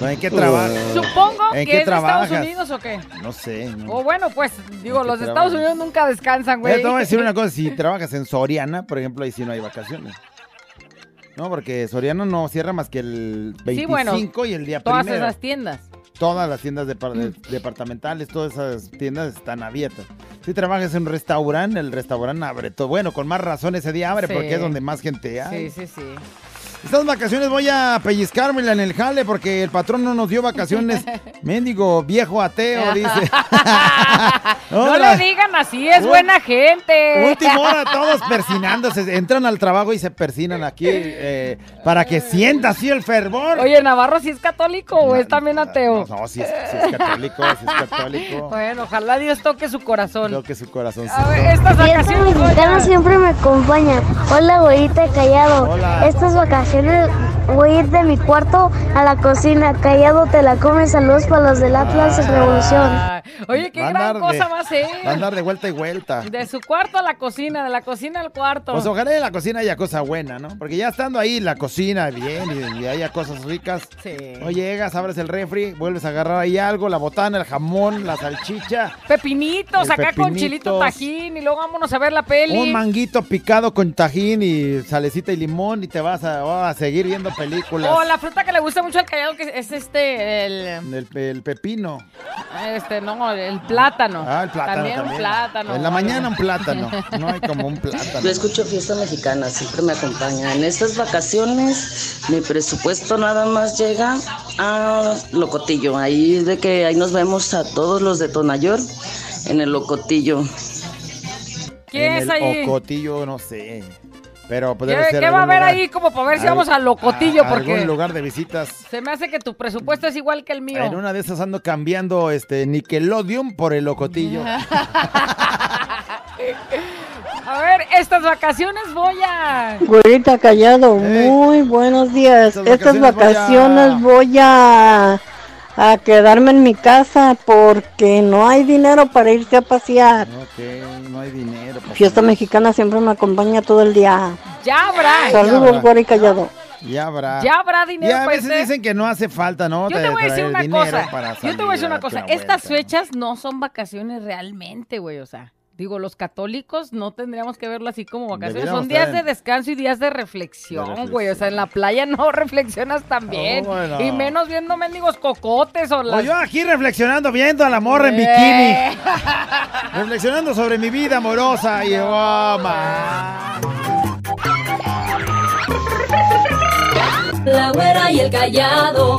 K: Eh,
F: ¿En qué trabajas?
C: Supongo
F: ¿En
C: que
F: qué
C: es
F: trabajas?
C: de Estados Unidos o qué.
F: No sé. No.
C: O bueno, pues, digo,
F: qué
C: los de
F: trabajas?
C: Estados Unidos nunca descansan,
F: Mira,
C: güey.
F: te voy a decir una cosa, si trabajas en Soriana, por ejemplo, ahí sí no hay vacaciones. No, porque Soriana no cierra más que el 25
C: Sí, bueno,
F: y el día
C: Todas
F: primero.
C: esas Mm. tiendas.
F: Todas las tiendas depar- de- departamentales, todas esas tiendas están abiertas. Si trabajas en un restaurante, el restaurante abre todo. Bueno, con más razón ese día abre
C: Sí.
F: porque es donde más gente hay.
C: Sí, sí, sí.
F: Estas vacaciones voy a pellizcármela en el jale porque el patrón no nos dio vacaciones. Mendigo, viejo ateo, dice.
C: No,
F: Hola.
C: le digan así, es
F: Un-
C: buena gente.
F: Última hora, todos persinándose. Entran al trabajo y se persinan aquí eh, para que sienta así el fervor.
C: Oye, ¿Navarro sí es católico o es también ateo?
F: No, si es, sí es católico, si es católico.
C: Bueno, ojalá Dios toque su corazón.
F: Creo que su corazón.
C: A ver, estas
M: Fiesta
C: vacaciones.
M: mexicana
C: oigan.
M: siempre me acompaña. Hola, güerita callado.
F: Hola.
M: Estas vacaciones voy a ir de mi cuarto a la cocina. Callado te la comes. Saludos para los del Atlas Revolución.
C: Oye, qué
F: Va a
C: gran
F: andar
C: cosa
F: de-
C: va a ser.
F: Va a andar de vuelta y vuelta.
C: De su cuarto a la cocina, de la cocina al cuarto.
F: Pues ojalá en la cocina haya cosa buena, ¿no? Porque ya estando ahí la cocina bien y, y haya cosas ricas.
C: Sí.
F: No llegas, abres el refri, vuelves a agarrar ahí algo, la botana, el jamón, la salchicha,
C: Pepinitos,
F: El
C: acá con
F: pepinitos.
C: chilito tajín y luego vámonos a ver la peli.
F: un manguito picado con tajín y salecita y limón y te vas a, oh, a seguir viendo películas.
C: O la fruta que le gusta mucho al callado que es este, el,
F: El, el pepino.
C: este, no, el plátano.
F: Ah, el plátano.
C: También, un plátano.
F: En la mañana un plátano. No hay como un plátano.
N: Yo escucho fiesta mexicana, siempre me acompaña. En estas vacaciones, mi presupuesto nada más llega a Locotillo. Ahí de que ahí nos vemos a todos los de Tonayor en el Locotillo.
C: ¿Qué
F: en
C: es
F: el
C: ahí?
F: Ocotillo, no sé. Pero
C: ¿Qué,
F: puede ser
C: qué va a
F: algún
C: haber
F: lugar-
C: ahí como para ver si
F: al-
C: vamos a locotillo?
F: a-
C: porque
F: Algún lugar de visitas.
C: se me hace que tu presupuesto es igual que el mío.
F: En una de esas ando cambiando este Nickelodeon por el Locotillo.
C: A ver, estas vacaciones voy a...
O: Güerita Callado, muy buenos días. Estas vacaciones voy a a quedarme en mi casa porque no hay dinero para irse a pasear.
F: Ok, no hay dinero. papá.
O: Fiesta mexicana siempre me acompaña todo el día.
C: Ya habrá.
O: Saludos, Guari Callado.
F: Ya habrá.
C: Ya habrá dinero
F: Y a
C: para
F: veces
C: irse.
F: dicen que no hace falta, ¿no?
C: Yo te
F: Tra-
C: voy a decir
F: traer
C: una
F: dinero
C: cosa.
F: para
C: Yo te voy a decir
F: salir
C: una
F: darte
C: cosa.
F: una
C: Estas fechas no son vacaciones realmente, güey. O sea, digo, los católicos no tendríamos que verlo así como vacaciones.
F: Deberíamos
C: son días
F: estar
C: de
F: en-
C: descanso y días de reflexión, güey. O sea, en la playa no reflexionas tan bien.
F: bueno.
C: Y menos viendo mendigos cocotes o
F: vuelta. O
C: las...
F: yo aquí reflexionando, viendo a la morra en
C: Eh.
F: bikini. reflexionando sobre mi vida amorosa. Y, oh, ma.
D: La güera y el callado.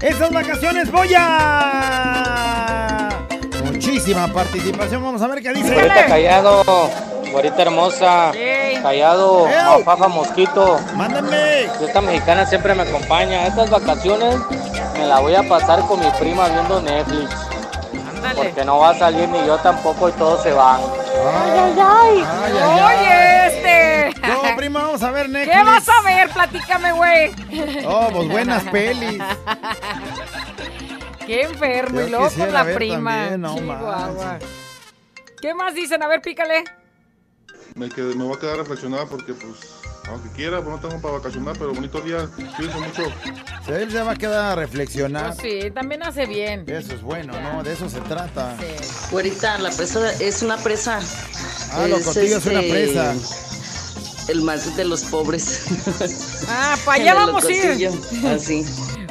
F: Estas vacaciones voy a... Muchísima participación. Vamos a ver qué dice.
P: Güerita callado, güerita hermosa, callado, mafafa mosquito.
F: Mándame.
P: Esta mexicana siempre me acompaña. Estas vacaciones me la voy a pasar con mi prima viendo Netflix. Porque no va a salir ni yo tampoco y todos se van.
C: Oye, este.
F: No, prima, vamos a ver
C: ¿Qué
F: Netflix.
C: vas a ver? Platícame, güey.
F: Oh, pues buenas pelis.
C: Qué enfermo.
F: Yo
C: y luego con
F: quisiera
C: la
F: ver
C: prima.
F: también, no
C: Chihuahua. ¿Qué más dicen? A ver, pícale.
Q: Me, qued- me voy a quedar reflexionada porque, pues, aunque quiera, pues no tengo para vacacionar, pero bonito día. Cuídense mucho.
F: Él se va a quedar a reflexionar.
C: Pues sí, también hace bien.
F: Eso es bueno, ¿no? De eso se trata.
N: Güerita, la presa es una presa.
F: Ah, Locotillo es una presa.
N: El más de los pobres.
C: Ah, pa' allá
N: En el
C: vamos a ir.
N: Locotillo, Así.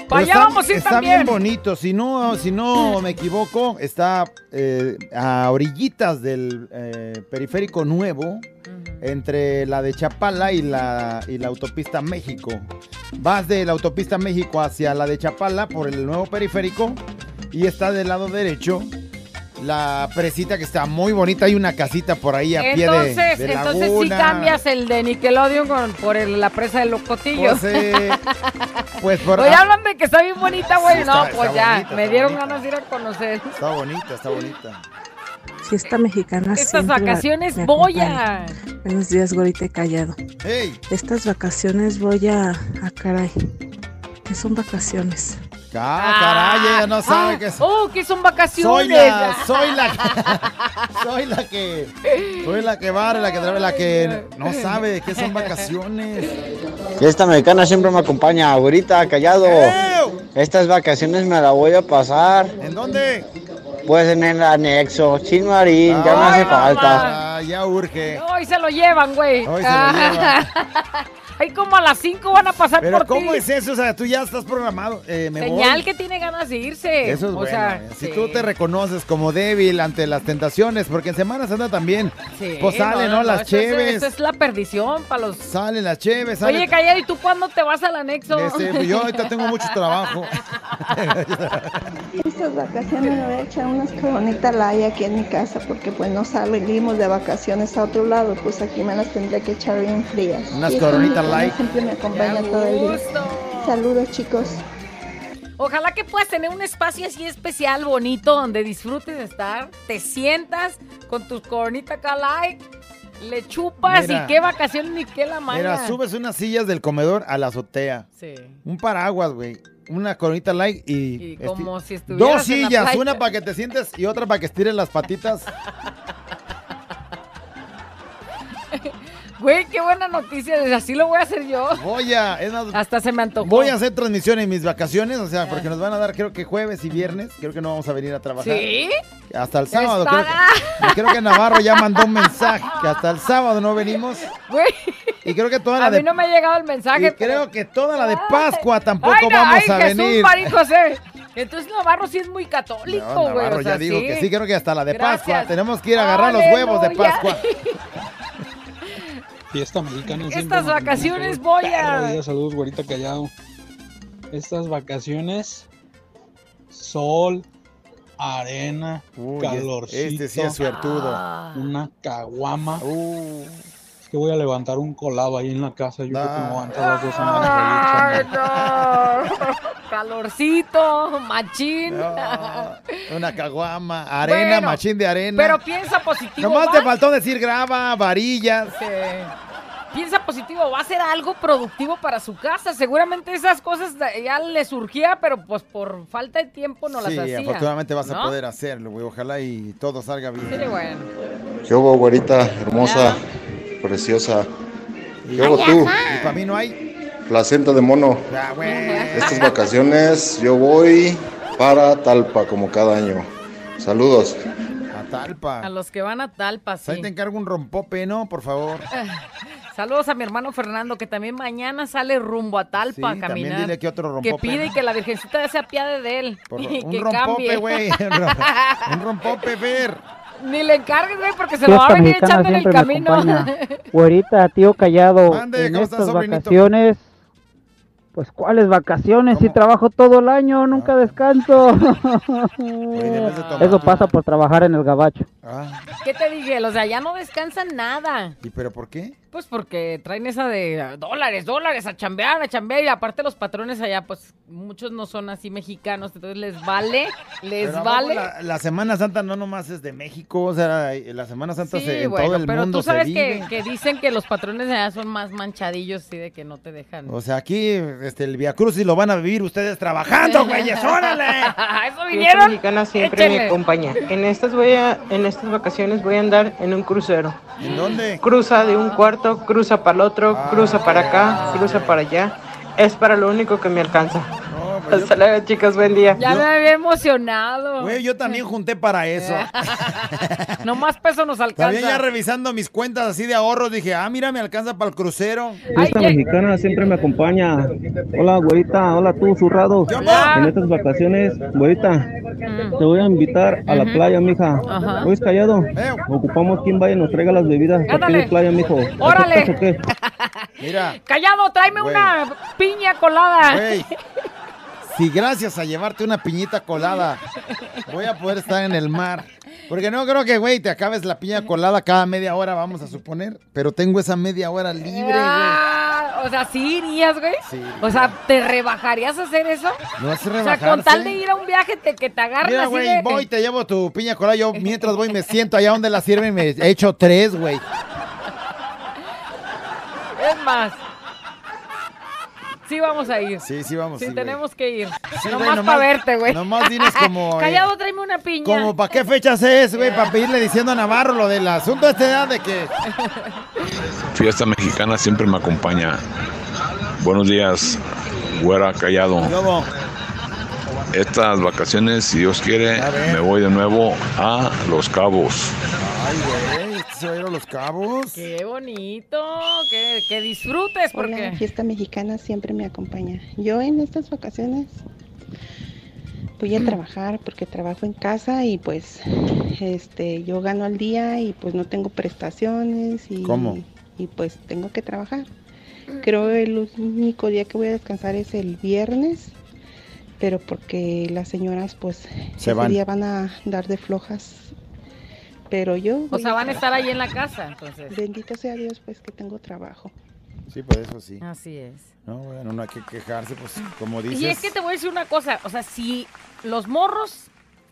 F: Pero está- está bien bonito. Si no, si
C: Mm.
F: no me equivoco, está eh, a orillitas del eh, periférico nuevo, entre la de Chapala y la, y la autopista México. Vas de la autopista México hacia la de Chapala por el nuevo periférico y está del lado derecho. La presita que está muy bonita, hay una casita por ahí a
C: Entonces,
F: pie de, de
C: entonces sí
F: laguna.
C: cambias el de Nickelodeon con- por el- la presa del Locotillo.
F: Pues, eh, pues por
C: Pues ya hablan de que está bien bonita, güey.
F: Sí,
C: no,
F: está-
C: pues
F: está
C: ya,
F: bonita,
C: me
F: está
C: dieron
F: bonita.
C: ganas de ir a conocer.
F: Está bonita, está bonita.
R: Fiesta mexicana.
C: Estas
R: siempre me-
C: vacaciones
R: me
C: voy
R: acompaña.
C: a...
R: Buenos días, Gorite Callado. Estas vacaciones voy a. a caray. Que son vacaciones.
F: Ah, caray, ella no sabe
C: ah,
F: que es-
C: Oh, que son vacaciones.
F: Soy la, soy la, soy la que, soy la que barre, la que trae, la que no sabe de qué son vacaciones.
S: Esta mexicana siempre me acompaña, ahorita callado. Estas vacaciones me la voy a pasar.
F: ¿En dónde?
S: Pues en el anexo, Chin Marín, ya me hace falta.
F: Ah, ya urge.
C: Hoy se lo llevan, güey. Ah.
F: Hoy se lo
C: Ahí como a las 5 van a pasar
F: Pero
C: por ti.
F: ¿cómo es eso? O sea, tú ya estás programado. Eh, me voy.
C: Señal que tiene ganas de irse.
F: Eso es
C: o
F: bueno.
C: sea,
F: eh. si
C: sí.
F: tú te reconoces como débil ante las tentaciones, porque en Semana Santa también,
C: Sí,
F: pues salen, ¿no? Las
C: eso es-
F: cheves.
C: Eso es la perdición para los...
F: Salen las cheves, salen.
C: Oye, callado, ¿y tú cuándo te vas al anexo?
F: Este, pues, yo ahorita tengo mucho trabajo.
T: Estas vacaciones me voy a echar unas carbonitas laya aquí en mi casa porque pues no salimos de vacaciones a otro lado, pues aquí me las tendré que echar bien frías.
F: Unas
T: Y esta
F: coronitas
T: mexicana
F: light.
T: Siempre me acompaña
C: Qué
T: todo el día.
C: gusto.
T: Saludos chicos.
C: Ojalá que puedas tener un espacio así especial, bonito, donde disfrutes de estar, te sientas con tu coronita acá like, le chupas
F: Mira.
C: y qué vacaciones ni qué la mañana.
F: Mira, subes unas sillas del comedor a la azotea.
C: Sí.
F: Un paraguas, güey. Una coronita light y.
C: Y como si estuvieras
F: Dos
C: en la
F: sillas,
C: playa.
F: una para que te sientes y otra para que estires las patitas.
C: Güey, qué buena noticia, así lo voy a hacer yo.
F: Voy a, es más,
C: Hasta se me antojó.
F: Voy a hacer transmisión en mis vacaciones, o sea,
C: Ah.
F: porque nos van a dar creo que jueves y viernes. Creo que no vamos a venir a trabajar.
C: ¿Sí?
F: Hasta el sábado.
C: Está-
F: Creo que, creo que Navarro ya mandó un mensaje que hasta el sábado no venimos.
C: Güey.
F: Y creo que toda la
C: A
F: de
C: mí no me ha llegado el mensaje.
F: Y creo que toda la de Pascua tampoco
C: Ay, no,
F: vamos
C: ay,
F: a
C: Jesús,
F: venir.
C: María José. Entonces Navarro sí es muy católico,
F: No,
C: güey.
F: Navarro,
C: o sea,
F: ya digo que sí, creo que hasta la de
C: Gracias.
F: Pascua. Tenemos que ir a agarrar los huevos de
C: Aleluya.
F: Pascua.
K: fiesta mexicana. siempre
C: Estas
K: me encanta
C: vacaciones
K: todo el
C: voy a-
K: perro día. Saludos, güerita callado. Estas vacaciones, sol, arena,
F: Uy, es-
K: calorcito.
F: este sí es suertudo.
C: Ah.
F: Uh.
K: Una caguama. Es que voy a levantar un colado ahí en la casa. Yo creo que me voy a aventar las dos semanas
C: Ah.
K: ahí echando.
C: Calorcito, machín.
F: Una caguama, arena,
C: Bueno,
F: machín de arena.
C: Pero piensa positivo.
F: Nomás te
C: va-
F: faltó decir grava, varillas.
C: Este, Piensa positivo, va a ser algo productivo para su casa. Seguramente esas cosas da- ya le surgía, pero pues por falta de tiempo no
F: sí,
C: las hacía.
F: afortunadamente vas a
C: ¿no?
F: poder hacerlo, güey. Ojalá y todo salga bien.
C: Sí, bueno.
U: ¿Qué hubo, güerita? Hermosa, preciosa. ¿Qué hubo tú?
F: Y para mí no hay.
U: Placenta de mono.
F: Ah, güey.
U: Estas vacaciones yo voy para Talpa como cada año. Saludos.
F: A Talpa.
C: A los que van a Talpa, sí.
F: Ahí te encargo un rompope, ¿no? Por favor.
C: Saludos a mi hermano Fernando, que también mañana sale rumbo a
F: Sí,
C: Talpa a
F: también
C: caminar.
F: dile que otro
C: Que
F: rompope.
C: pide que la virgencita se apiade de él.
F: Por-
C: y
F: un
C: que
F: rompope,
C: cambie.
F: güey. un rompope, ver.
C: Ni le encargues, güey, porque se lo va a venir echando en el camino.
V: Güerita, tío callado,
F: Mande,
V: en
F: ¿cómo
V: estas
F: estás, sobrinito?
V: vacaciones, pues ¿cuáles vacaciones? Si trabajo todo el año,
F: Ah.
V: nunca descanso. Eso pasa por trabajar en el gabacho.
F: Ah,
C: ¿Qué te dije? Los de allá no descansan nada.
F: ¿y pero por qué?
C: Pues porque traen esa de ah, dólares, dólares, a chambear, a chambear. Y aparte los patrones allá, pues muchos no son así mexicanos, entonces les vale, les
F: Pero, ¿a ah, poco
C: vale.
F: La, la Semana Santa no nomás es de México, o sea, la Semana Santa
C: Sí,
F: se, en
C: bueno,
F: todo el
C: pero
F: mundo
C: tú sabes
F: se
C: que,
F: vive.
C: que dicen que los patrones de allá son más manchadillos, sí, de que no te dejan.
F: O sea, aquí este, el Via Cruz lo van a vivir ustedes trabajando, güeyes, órale.
C: ¿A eso
A: Fiesta
C: vinieron?
A: mexicana siempre me
C: Échenle.
A: acompaña. En estas voy a, en estas vacaciones voy a andar en un crucero.
F: ¿En dónde?
A: Cruza de un cuarto, cruza para el otro,
B: Ah.
A: cruza para acá, cruza para allá. Es para lo único que me alcanza.
B: pues
A: Hasta luego, chicas, buen día.
C: Ya me había emocionado.
F: Güey, yo también junté para eso.
C: no más peso nos alcanza.
F: También ya revisando mis cuentas así de ahorros, dije, ah, mira, me alcanza para el crucero.
W: Esta mexicana siempre me acompaña. Hola, güerita. Hola, tú, zurrado. En estas vacaciones, güerita, te voy a invitar a la playa, mija.
C: Ajá.
W: ¿Oís callado? Ocupamos quien vaya y nos traiga las bebidas. Aquí
C: Ándale.
W: de playa, mijo.
C: Órale.
W: ¿Aceptas o qué?
F: Mira,
C: Callado, tráeme
F: Güey.
C: una piña colada.
F: güey, si gracias a llevarte una piñita colada voy a poder estar en el mar. Porque no creo que, güey, te acabes la piña colada cada media hora, vamos a suponer. Pero tengo esa media hora libre, güey.
C: Ah, o sea, sí irías, güey.
F: Sí.
C: O sea, ¿te rebajarías a hacer eso?
F: No es
C: O sea,
F: rebajarse.
C: con tal de ir a un viaje te, que te agarren
F: Mira,
C: así
F: güey,
C: de-
F: voy, te llevo tu piña colada. Yo mientras voy me siento allá donde la sirven me echo tres, güey.
C: Es más. Sí vamos a ir.
F: Sí, sí vamos.
C: Sí,
F: sí, güey.
C: tenemos que ir.
F: Sí, güey,
C: nomás para verte, güey.
F: Nomás dinos como... eh,
C: Callado, tráeme una piña.
F: como para qué fechas es, güey, para pedirle diciendo a Navarro lo del asunto de esta edad de que...
X: Fiesta mexicana siempre me acompaña. Buenos días, güera callado. Estas vacaciones, si Dios quiere, me voy de nuevo a Los Cabos.
F: Ay, güey, se va a ir a los cabos.
C: Qué bonito, que, que disfrutes
T: Hola,
C: porque...
T: fiesta mexicana siempre me acompaña. Yo en estas vacaciones voy
F: Mm.
T: a trabajar porque trabajo en casa y pues este yo gano al día y pues no tengo prestaciones y
F: ¿Cómo?
T: y pues tengo que trabajar. Creo el único día que voy a descansar es el viernes, pero porque las señoras pues
F: Se
T: ese
F: van.
T: día van a dar de flojas. Pero yo
C: O
T: voy
C: sea,
T: a
C: van a estar
T: trabajar.
C: ahí en la casa, entonces.
T: Bendito sea Dios pues que tengo trabajo.
F: Sí, pues eso sí.
C: Así es.
F: No, bueno, no hay que quejarse, pues como dices.
C: Y es que te voy a decir una cosa, o sea, si los morros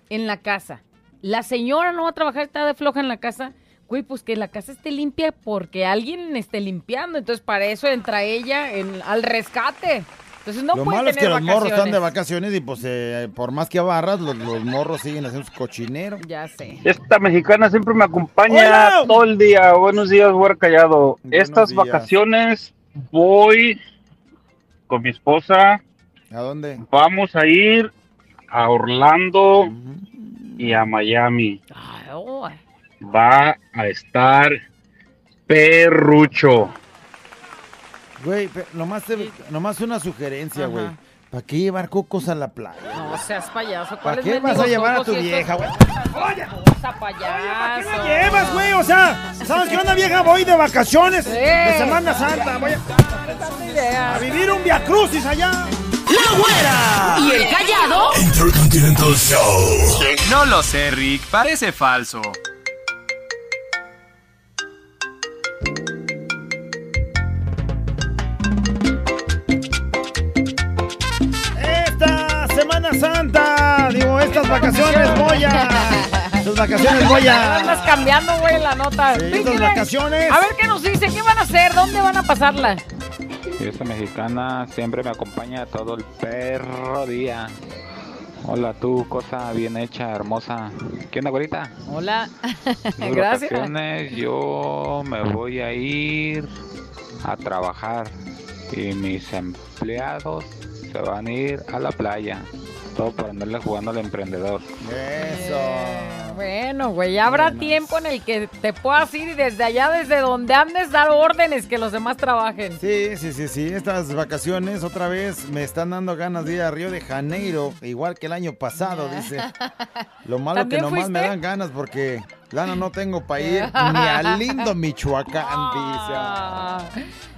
C: en la casa, la señora no va a trabajar, está de floja en la casa, güey, pues que la casa esté limpia porque alguien esté limpiando, entonces para eso entra ella en- al rescate. Entonces no
F: lo
C: puede
F: malo es que
C: tener
F: los morros están de
C: vacaciones.
F: vacaciones y pues eh, por más que abarras, los, los morros siguen haciendo su cochinero.
C: Ya sé.
H: Esta mexicana siempre me acompaña
F: ¡Hola!
H: todo el día. Buenos días, güero callado. Estas
F: días.
H: vacaciones voy con mi esposa.
F: ¿A dónde?
H: Vamos a ir a Orlando y a Miami.
C: Ay, oh, ay.
H: Va a estar perrucho.
F: Güey, pe- nomás, te- nomás una sugerencia, güey. ¿Para qué llevar cocos a la playa?
C: No seas payaso. ¿cuál
F: ¿Para
C: es
F: qué vas
C: mendigo
F: a llevar a
C: coco
F: tu
C: si esto es-
F: vieja, güey?
C: payaso.
F: ¿Qué llevas, güey? O sea, ¿sabes qué onda, vieja? Voy de vacaciones de Semana Santa. Voy a, a vivir un viacrucis allá. ¡La güera!
C: ¿Y el callado?
J: Intercontinental Show.
B: No lo sé, Rick. Parece falso.
F: Esta Semana Santa, digo, estas vacaciones voy a. Estas vacaciones voy
C: Andas
F: a.
C: cambiando, güey, la nota.
F: Sí,
C: ¿Qué
F: estas
C: quieren?
F: vacaciones.
C: A ver qué nos dice, ¿qué van a hacer? ¿Dónde van a pasarla?
E: Esta mexicana siempre me acompaña todo el perro día. Hola tú, cosa bien hecha, hermosa. ¿Qué onda, güerita?
C: Hola.
E: Mis
C: Gracias.
E: vacaciones, yo me voy a ir a trabajar y mis empleados se van a ir a la playa. Todo para andarle jugando al emprendedor.
C: Bueno, güey, ya habrá tiempo en el que te puedas ir y desde allá, desde donde andes, dar órdenes que los demás trabajen.
F: Sí, sí, sí, sí. Estas vacaciones otra vez me están dando ganas de ir a Río de Janeiro, igual que el año pasado, dice. Lo malo que
C: ¿También
F: nomás me
C: fuiste?
F: dan ganas porque lana no tengo para ir ni a lindo Michoacán, dice.
C: Ah.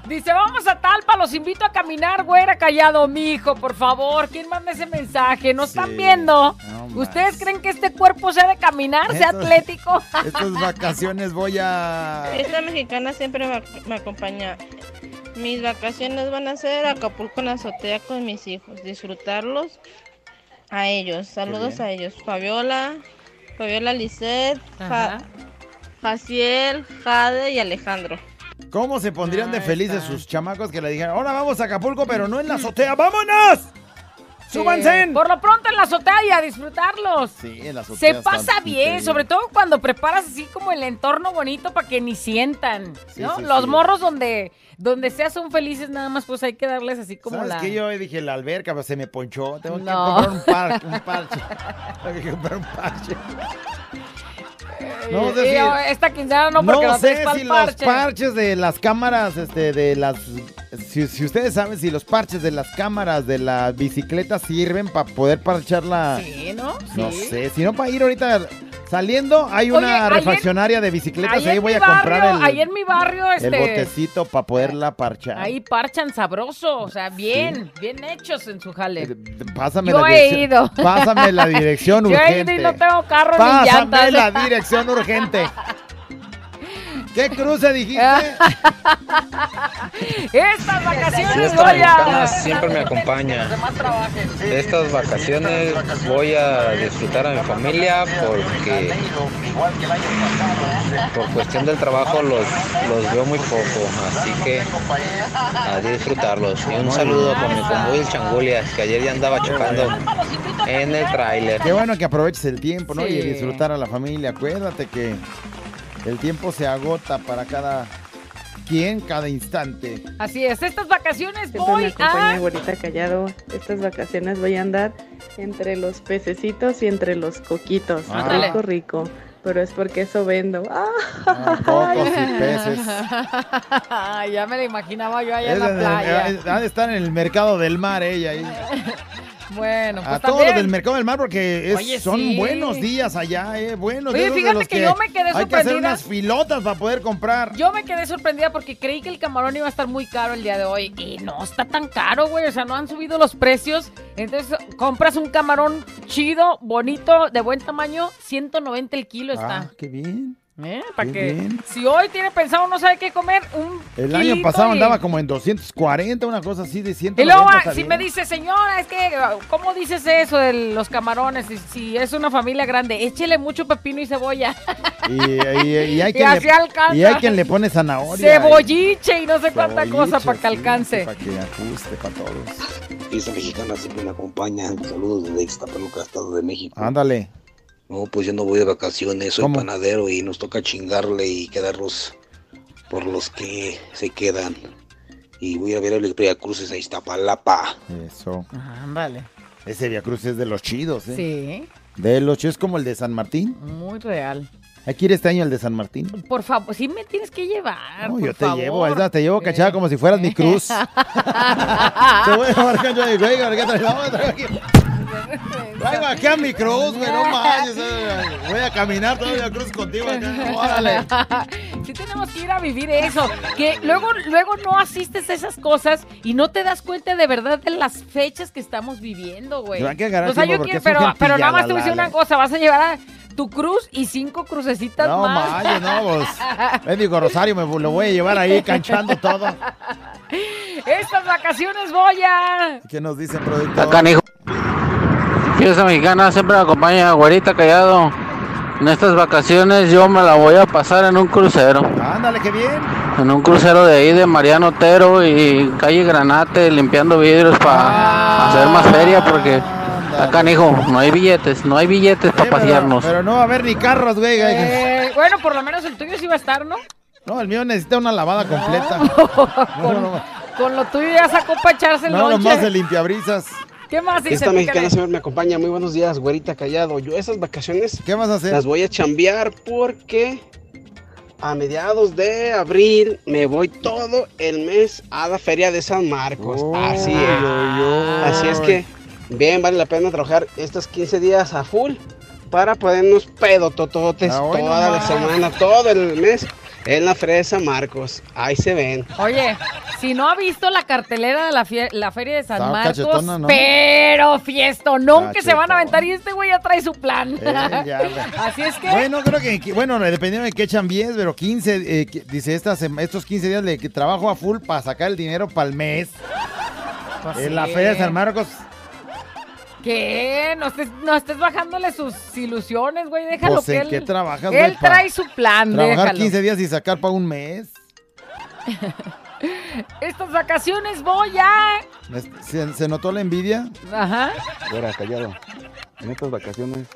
C: Dice, vamos a Talpa, los invito a caminar, güera, callado, mijo, por favor. ¿Quién manda ese mensaje? ¿Nos están viendo? ¿Ustedes creen que este cuerpo sea de caminar, sea
F: Estos-
C: atlético?
F: Estas vacaciones voy a...
G: Esta mexicana siempre me, ac- me acompaña. Mis vacaciones van a ser Acapulco en azotea con mis hijos, disfrutarlos a ellos. Saludos
I: bien.
G: a ellos. Fabiola, Fabiola Lisset,
C: Ajá.
G: Jaciel, Jade y Alejandro.
F: ¿Cómo se pondrían de felices sus chamacos que le dijeran, ahora vamos a Acapulco, pero no en la azotea, vámonos? ¡Súbanse!
C: Sí. Por lo pronto en la azotea y a disfrutarlos.
F: Sí, en la azotea
C: Se
F: está
C: pasa bien,
F: increíble.
C: sobre todo cuando preparas así como el entorno bonito para que ni sientan,
F: Sí,
C: ¿no?
F: sí,
C: Los
F: sí.
C: morros donde, donde sea son felices, nada más pues hay que darles así como
F: ¿Sabes
C: la...
F: qué? Yo dije, la alberca, pero se me ponchó. Tengo que
C: No.
F: comprar un par- un parche. Tengo que comprar un parche. No
C: Eh,
F: sé si-
C: eh, esta quincena no, porque la traes
F: sé
C: pa'l
F: si
C: parche.
F: los parches de las cámaras, este, de las... Si, si ustedes saben si los parches de las cámaras de la bicicleta sirven para poder parchar la...
C: Sí, ¿no?
F: No
C: Sí.
F: sé, si no para ir ahorita saliendo, hay
C: Oye,
F: una
C: ayer-
F: refaccionaria de bicicletas,
C: Ahí
F: ahí
C: en
F: voy
C: mi
F: a comprar
C: barrio-
F: el,
C: ahí en mi barrio,
F: el
C: este,
F: botecito para poderla parchar.
C: Ahí parchan sabroso, o sea, bien, bien hechos en su jale.
F: Pásame
C: Yo
F: la
C: he
F: dirección.
C: ido.
F: Eh, Pásame la dirección
C: Yo he ido
F: urgente.
C: y no tengo carro
F: Pásame
C: ni llantas.
F: la dirección urgente. ¿Qué cruce dijiste?
C: Estas vacaciones,
E: Esta
C: voy
E: mexicana
C: a...
E: siempre me acompaña.
C: Más trabajen.
E: Estas vacaciones voy a disfrutar a mi familia porque por
S: ¿eh?
E: cuestión del trabajo los, los veo muy poco, así que a disfrutarlos. Y un saludo con mi convoy el Changulias, que ayer ya andaba chocando en el tráiler.
F: Qué bueno que aproveches el tiempo, ¿no? Y
E: Sí.
F: disfrutar a la familia. Acuérdate que el tiempo se agota para cada quien, cada instante.
C: Así es, estas vacaciones
I: Siempre me
C: voy
I: acompaña
C: a...
I: Güerita Callado. Estas vacaciones voy a andar entre los pececitos y entre los coquitos.
F: Ándale.
I: Rico, rico. Pero es porque eso vendo. ¡Ah!
F: Cocos y peces.
C: ya me la imaginaba yo allá en
F: Es-
C: la playa.
F: es- ha de estar en el mercado del mar, ella. ahí.
C: bueno, pues
F: a todos
C: también.
F: los del mercado del mar porque es-
C: Oye,
F: son
C: sí.
F: buenos días allá, eh, buenos
C: Oye,
F: días de
C: fíjate
F: los
C: que yo me quedé
F: Hay que hacer
C: sorprendida.
F: unas filotas para poder comprar.
C: Yo me quedé sorprendida porque creí que el camarón iba a estar muy caro el día de hoy. Y no está tan caro, güey. O sea, no han subido los precios. Entonces, compras un camarón chido, bonito, de buen tamaño. 190 el kilo
F: Ah,
C: está.
F: qué bien.
C: ¿Eh? Para
F: qué
C: que
F: bien.
C: si hoy tiene pensado no sabe qué comer, un
F: El año
C: kilito
F: pasado
C: y-
F: andaba como en 240, una cosa así de
C: Y luego,
F: 190.
C: ah, si me dice, señora, es que, ¿cómo dices eso de los camarones? Si, si es una familia grande, échele mucho pepino y cebolla.
F: y, y- y hay
C: Y
F: quien
C: así alcanza.
F: le, y hay quien le pone zanahoria.
C: Cebolliche y no sé cuánta
F: Cebolliche,
C: cosa para que alcance.
F: Para que ajuste para todos.
Y: Esta mexicana siempre me acompaña. Saludos desde Ixtapaluca, Estado de México.
F: Ándale.
Y: No, pues yo no voy de vacaciones, soy
F: ¿Cómo?
Y: panadero y nos toca chingarle y quedarnos por los que se quedan. Y voy a ver el Estrella Cruces a Iztapalapa.
F: Eso.
C: Ándale.
F: Ese Via Cruz es de los chidos, ¿eh?
C: Sí, Mm.
F: De los chidos como el de San Martín.
C: muy real.
F: Hay que ir este año el de San Martín.
C: Por favor, sí me tienes que llevar.
F: No,
C: por
F: yo te
C: favor.
F: llevo, es más, te llevo cachada como si fueras mi cruz. te voy a llevar cachada de güey, ahora que traes la otra. Traigo aquí a mi cruz, güey, no manches. eh, Voy a caminar todavía cruz contigo acá. Órale.
C: Sí tenemos que ir a vivir eso. Que luego, luego no asistes a esas cosas y no te das cuenta de verdad de las fechas que estamos viviendo, güey.
F: Te van a quedar
C: O sea,
F: así,
C: yo
F: porque
C: quiero-
F: es un
C: pero, pero nada
F: gentillada,
C: más te voy a decir
F: Lala.
C: una cosa, vas a llevar a tu cruz y cinco crucecitas
F: No
C: más.
F: manches, no, pues. Bendigo Rosario, me lo voy a llevar ahí canchando todo.
C: Estas vacaciones voy a.
F: ¿Qué nos dicen, productor?
D: Acá, hijo. Fiesta mexicana siempre me acompaña, güerita callado. En estas vacaciones yo me la voy a pasar en un crucero.
F: Ándale, qué bien.
D: En un crucero de ahí de Mariano Otero y calle Granate, limpiando vidrios para hacer más feria porque acá, hijo, no hay billetes, no hay billetes para pasearnos.
F: Pero no va a haber ni carros, güey.
C: Eh, bueno, por lo menos el tuyo sí va a estar, ¿no?
F: No, el mío necesita una lavada completa.
C: con, con lo tuyo ya sacó para echarse el
F: No,
C: lonche.
F: nomás de limpiabrisas.
C: ¿Qué más dice?
D: Esta mexicana
C: Pícale?
D: siempre me acompaña. Muy buenos días, güerita callado. Yo esas vacaciones
F: ¿Qué vas a hacer?
D: las voy a chambear porque a mediados de abril me voy todo el mes a la feria de San Marcos. Así es. Así es que bien vale la pena trabajar estos 15 días a full para podernos pedo tototes
F: Ah, hoy
D: toda la
F: nomás.
D: semana, todo el mes en la feria de San Marcos. Ahí se ven.
C: Oye, si no ha visto la cartelera de la, fie- la Feria de San
D: Está
C: Marcos,
D: cachetona, ¿no?
C: pero fiesto, no que se van
F: Cachetona.
C: a aventar y este güey ya trae su plan.
F: Eh, ya, güey.
C: Así es que,
F: Bueno, creo que, que- bueno, dependiendo de qué echan 10, pero 15, eh, que- dice, estas sem- estos 15 días de que trabajo a full para sacar el dinero para el mes.
C: Pues
F: en la
C: sí.
F: Feria de San Marcos.
C: ¿qué? No estés, no estés bajándole sus ilusiones, güey, déjalo
F: Pues,
C: que
F: ¿en
C: él...
F: qué trabajas, güey,
C: Él
F: pa-
C: trae su plan,
F: Trabajar
C: déjalo.
F: 15 días y sacar para un mes.
C: Estas vacaciones voy a...
F: ¿Se, se notó la envidia?
C: Ajá.
L: Fuera, callado. En estas vacaciones,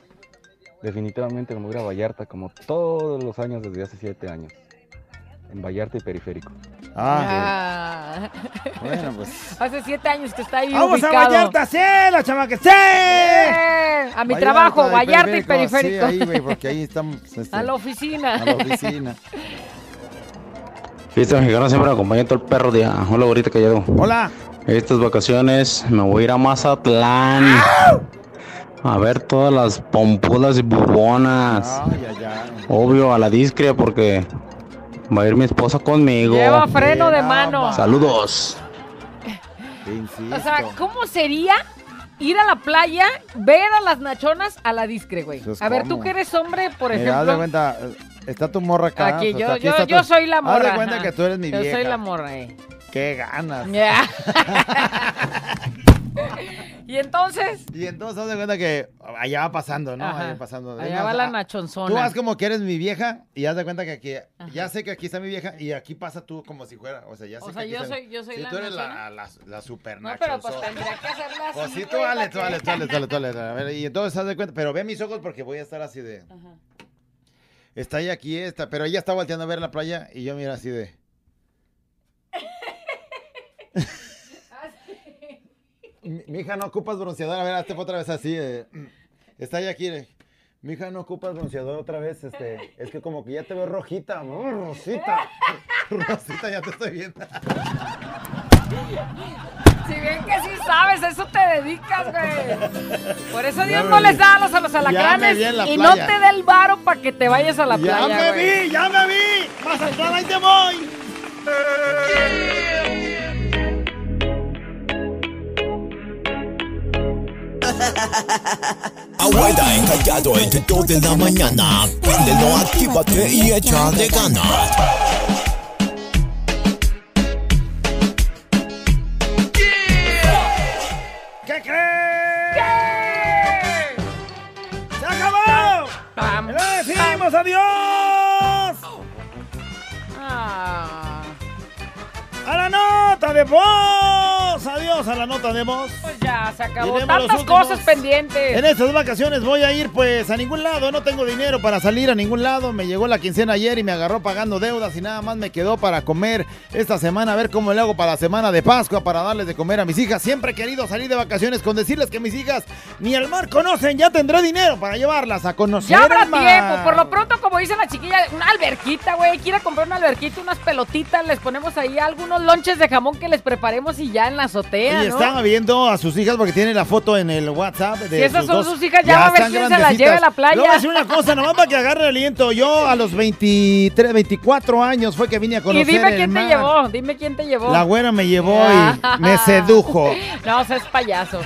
L: definitivamente me voy a ir a Vallarta como todos los años desde hace siete años. En Vallarta y periférico.
C: Ah.
L: Bueno, pues.
C: Hace siete años que está ahí
F: ¡Vamos a
C: ubicado.
F: Vallarta, sí, la chamaca, sí!
C: Eh, A mi trabajo, Vallarta y periférico.
F: Sí, ahí, güey, porque ahí estamos. este,
C: A la oficina.
F: a la oficina.
L: Fiesta mexicana siempre me acompaña todo el perro día. Hola, ahorita callado.
F: Hola.
L: Estas vacaciones me voy a ir a Mazatlán. A ver todas las pompudas y bubonas. Obvio, a la discre porque va a ir mi esposa conmigo.
C: Lleva freno de mano.
L: Saludos.
C: O sea, ¿cómo sería ir a la playa, ver a las nachonas a la discre, güey?
F: Pues,
C: a ver, tú
F: ¿cómo?
C: que eres hombre, por
F: Mira, haz de
C: ejemplo.
F: cuenta, eh, está tu morra acá.
C: Aquí,
F: o
C: yo,
F: sea,
C: yo,
F: está tu-
C: yo soy la
F: Haz
C: morra.
F: de cuenta
C: ajá.
F: que tú eres mi vieja.
C: Yo soy la morra, eh.
F: Qué ganas.
C: Ya. y entonces,
F: Y entonces haz de cuenta que allá va pasando, ¿no?
C: Ajá.
F: Allá va pasando. Es
C: allá
F: más,
C: va la
F: ah,
C: nachonzona.
F: Tú vas como que eres mi vieja y haz de cuenta que aquí, ya sé que aquí está mi vieja y aquí pasa tú como si fuera, o sea, ya sé
C: O
F: que
C: sea,
F: aquí
C: yo
F: está-
C: soy- yo soy
F: Sí,
C: la
F: tú eres la,
C: nachona.
F: la, la super
C: No, pero pues
F: nachonzona.
C: tendría que hacerla así.
F: Pues sí, tú
C: güey,
F: dale, tú
C: para
F: dale,
C: que-
F: tú dale, tú dale, tú dale. A ver, y entonces haz de cuenta, pero ve mis ojos porque voy a estar así de... Está ella aquí, esta, pero ella está volteando a ver la playa y yo mira así de...
C: Ah,
F: Mi mija, no ocupas bronceador. A ver, hazte otra vez así. eh. Está ahí aquí. eh. Mija, no ocupas bronceador otra vez. Este, es que como que ya te veo rojita, ¿no? Rosita. Rosita, ya te estoy viendo.
C: Si bien que sí sabes, eso te dedicas, güey. Por eso Dios
F: Ya
C: no
F: me
C: les
F: vi.
C: da a los, a los
F: Ya me
C: alacranes
F: vi en la
C: y no
F: playa.
C: te da el varo para que te vayas a la
F: Ya
C: playa.
F: me
C: güey.
F: vi, ya me vi. Vas a entrar, ahí te voy.
J: Abuela encallado entre 2 de la mañana. Préndelo, actívate y échale ganas.
F: ¿Qué crees? ¡Se acabó! ¡Le decimos adiós!
C: Ah,
F: ¡A la nota de voz! ¡Adiós a la nota de voz!
C: pues ya, se acabó.
F: Tenemos los
C: Tantas
F: últimos.
C: cosas pendientes.
F: En este estas vacaciones voy a ir pues a ningún lado, no tengo dinero para salir a ningún lado, me llegó la quincena ayer y me agarró pagando deudas y nada más me quedó para comer esta semana, a ver cómo le hago para la semana de Pascua, para darles de comer a mis hijas. Siempre he querido salir de vacaciones con decirles que mis hijas ni el mar conocen, ya tendré dinero para llevarlas a conocer.
C: Ya habrá
F: el mar.
C: tiempo, por lo pronto, como dice la chiquilla, una alberquita, güey. Quiera comprar una alberquita, unas pelotitas, les ponemos ahí algunos lonches de jamón que les preparemos y ya en la azotea,
F: Y
C: ¿no?
F: estaba viendo a sus hijas porque tiene la foto en el WhatsApp. De
C: Si esas son
F: dos.
C: sus hijas, ya va a ver
F: están
C: quién se las
F: grandecitas.
C: lleva a la playa.
F: Le voy a decir una cosa, nomás para que agarre aliento. Yo a los 23, 24 años fue que vine a
C: Y
F: conocer
C: dime
F: el
C: quién te
F: mar.
C: llevó, dime quién te llevó.
F: La güera me llevó y me sedujo.
C: No, o sea, es payaso.